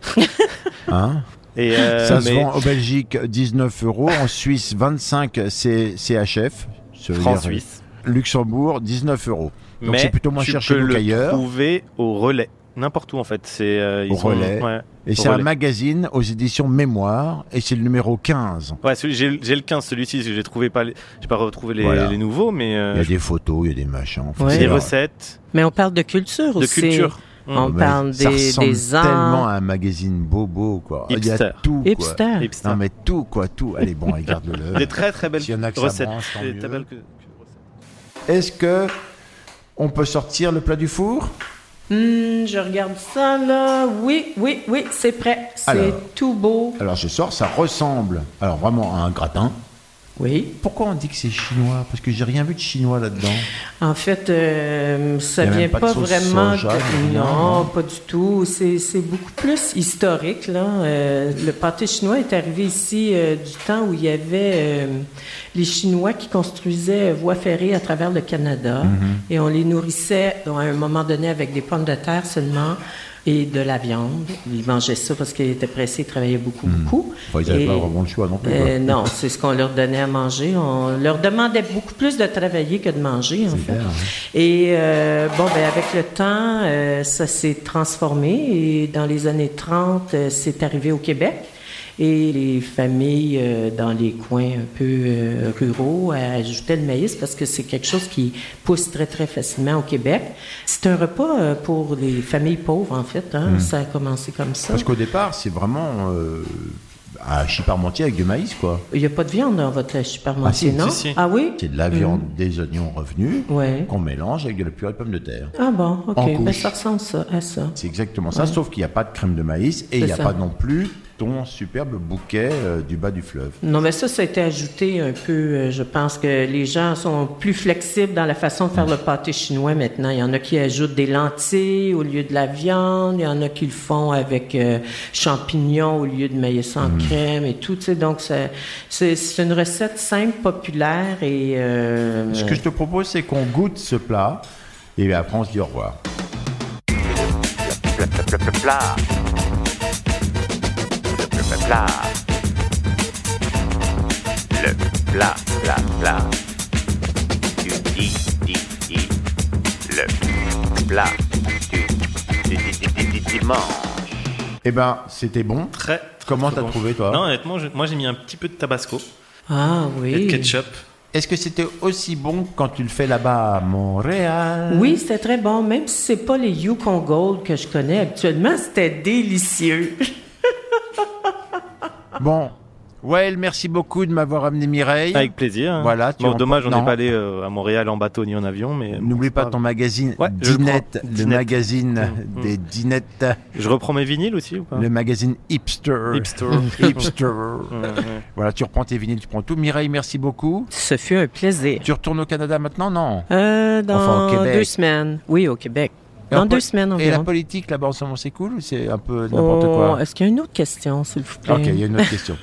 H: Hein
C: Et, euh,
H: ça se
C: mais
H: vend en Belgique 19 euros, en Suisse 25 C- CHF, ça veut dire,
C: France-Suisse.
H: euh, Luxembourg 19 euros. Donc
C: Mais
H: c'est plutôt moins
C: tu
H: cher chez
C: peux
H: nous
C: le
H: qu'ailleurs.
C: trouver au relais, n'importe où en fait. C'est, euh, ils
H: Au
C: sont-
H: Relais.
C: ouais.
H: Et c'est un
C: Relais.
H: magazine aux éditions Mémoire, et c'est le numéro 15.
C: Ouais, celui- j'ai j'ai le 15, celui-ci, j'ai trouvé pas, les- j'ai pas retrouvé les,
H: Voilà.
C: les nouveaux, mais euh,
H: Il y a
C: je-
H: des photos, il y a des machins. enfin,
D: Ouais.
H: c'est
C: des
H: vrai.
C: recettes,
D: Mais on parle de culture
C: de
D: aussi.
C: culture.
D: On
H: Mais
D: parle
H: ça
D: des,
H: ressemble
D: des
H: tellement
D: arts.
H: à un magazine bobo, quoi. Il y
C: Hipster.
H: a tout, quoi.
D: Hipster.
C: Hipster.
H: Non, mais tout, quoi, tout. Allez, bon, allez, garde-le.
C: Des très très belles
H: S'il y en a que ça
C: recettes.
H: branche, tant
C: Des
H: mieux.
C: très belles que- que recettes.
H: Est-ce que on peut sortir le plat du four
D: Hmm, je regarde ça là. Oui, oui, oui, c'est prêt. C'est
H: Alors.
D: tout beau.
H: Alors, je sors, ça ressemble, alors vraiment, à un gratin.
D: Oui.
H: Pourquoi on dit que c'est chinois Parce que j'ai rien vu de chinois là-dedans.
D: En fait, euh, ça
H: Il y a même
D: vient
H: pas
D: pas,
H: de sauce
D: vraiment.
H: soja,
D: de-
H: non,
D: Non,
H: non.
D: pas du tout. C'est c'est beaucoup plus historique. Là. Euh, le pâté chinois est arrivé ici euh, du temps où il y avait euh, les Chinois qui construisaient euh, voies ferrées à travers le Canada
H: Mm-hmm.
D: et on les nourrissait donc, à un moment donné avec des pommes de terre seulement et de la viande. Ils mangeaient ça parce qu'ils étaient pressés, ils travaillaient beaucoup, beaucoup.
H: Enfin, Mm. ils avaient
D: Et-
H: pas vraiment le choix non plus,
D: Euh,
H: quoi.
D: non, c'est ce qu'on leur donnait à manger. On leur demandait beaucoup plus de travailler que de manger, en fait.
H: clair, hein.
D: Et euh, bon, ben avec le temps, euh, ça s'est transformé. Et dans les années 30, euh, c'est arrivé au Québec. Et les familles euh, dans les coins un peu euh, ruraux euh, ajoutaient le maïs parce que c'est quelque chose qui pousse très, très facilement au Québec. C'est un repas euh, pour les familles pauvres, en fait. hein. Ça a commencé comme ça.
H: Hum. Parce qu'au départ, c'est vraiment euh, un hachis parmentier avec du maïs, quoi.
D: Il n'y a pas de viande dans votre lèche parmentier,
H: Ah, si,
D: non?
C: si, si.
D: Ah oui?
H: C'est de la viande, des oignons revenus,
D: Ouais.
H: qu'on mélange avec de la purée de pommes de terre.
D: Ah bon, ok.
H: En
D: Ben,
H: couche.
D: ça ressemble ça, à ça.
H: C'est exactement ça, sauf qu'il n'y a pas de crème de maïs et il
D: C'est
H: n'y a
D: ça.
H: pas non plus ton superbe bouquet euh, du bas du fleuve.
D: Non, mais ça, ça a été ajouté un peu. euh, je pense que les gens sont plus flexibles dans la façon de faire le pâté chinois maintenant. Il y en a qui ajoutent des lentilles au lieu de la viande. Il y en a qui le font avec euh, champignons au lieu de maïs en
H: Mm.
D: crème et tout. tu sais. Donc, ça- c'est c'est une recette simple, populaire et... euh,
H: Ce que je te propose, c'est qu'on goûte ce plat et après on se dit au revoir.
A: plat, plat, plat, plat. Le plat, plat. Le plat, plat, plat. Tu dis, dis, dis. Le plat du, du, du, du, du- du dimanche.
H: Eh ben, c'était bon.
C: Très, très,
H: Comment
C: très
H: t'as
C: bon.
H: trouvé, toi
C: Non, honnêtement, je- moi j'ai mis un petit peu de tabasco
D: Ah
C: et
D: oui.
C: de ketchup.
H: Est-ce que c'était aussi bon que quand tu le fais là-bas à Montréal
D: Oui, c'était très bon. Même si c'est pas les Yukon Gold que je connais actuellement, c'était délicieux.
H: Bon, Well, merci beaucoup de m'avoir amené Mireille.
C: Avec plaisir. hein.
H: Voilà, tu
C: Bon,
H: en-
C: dommage, on
H: non.
C: n'est pas allé euh, à Montréal en bateau ni en avion, mais bon,
H: N'oublie
C: c'est
H: pas ton magazine
C: Ouais, je le
H: Dinette,
C: prends.
H: le
C: Dinette.
H: magazine
C: Mm, mm.
H: des dinettes,
C: Je reprends mes vinyles aussi ou pas
H: le magazine hipster.
C: Hipster. Mmh,
H: Hipster.
C: Ouais, ouais.
H: voilà, tu reprends tes vinyles, tu prends tout. Mireille, merci beaucoup.
D: Ce fut un plaisir.
H: Tu retournes au Canada maintenant, non
D: Euh, dans
H: Enfin, au Québec.
D: deux semaines. Oui, au Québec.
H: Et
D: dans
H: en
D: deux
H: pol-
D: semaines
H: Et la
D: environ.
H: politique là-bas en ce moment, c'est cool ou c'est un peu n'importe
D: Oh,
H: quoi
D: Est-ce qu'il y a une autre question, s'il vous plaît?
H: Ok, il y a une autre question.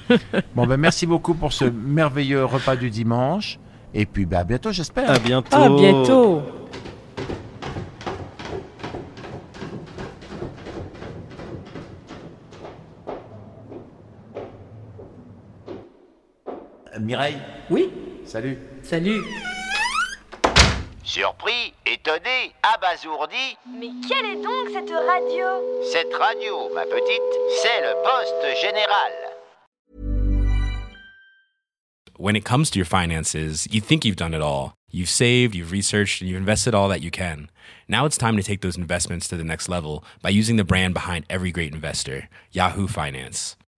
H: bon, ben merci beaucoup pour ce merveilleux repas du dimanche.
D: Ah,
H: Et puis, ben, à bientôt, j'espère.
C: À bientôt.
D: À bientôt!
B: Mireille,
D: Oui,
B: salut.
D: salut.
A: Surpris, étonné, abasourdi,
I: Mais quelle est donc cette radio
A: cette radio, ma petite, c'est le poste général.
J: when it comes to your finances, you think you've done it all. You've saved, you've researched, and you've invested all that you can. Now it's time to take those investments to the next level by using the brand behind every great investor, Yahoo Finance.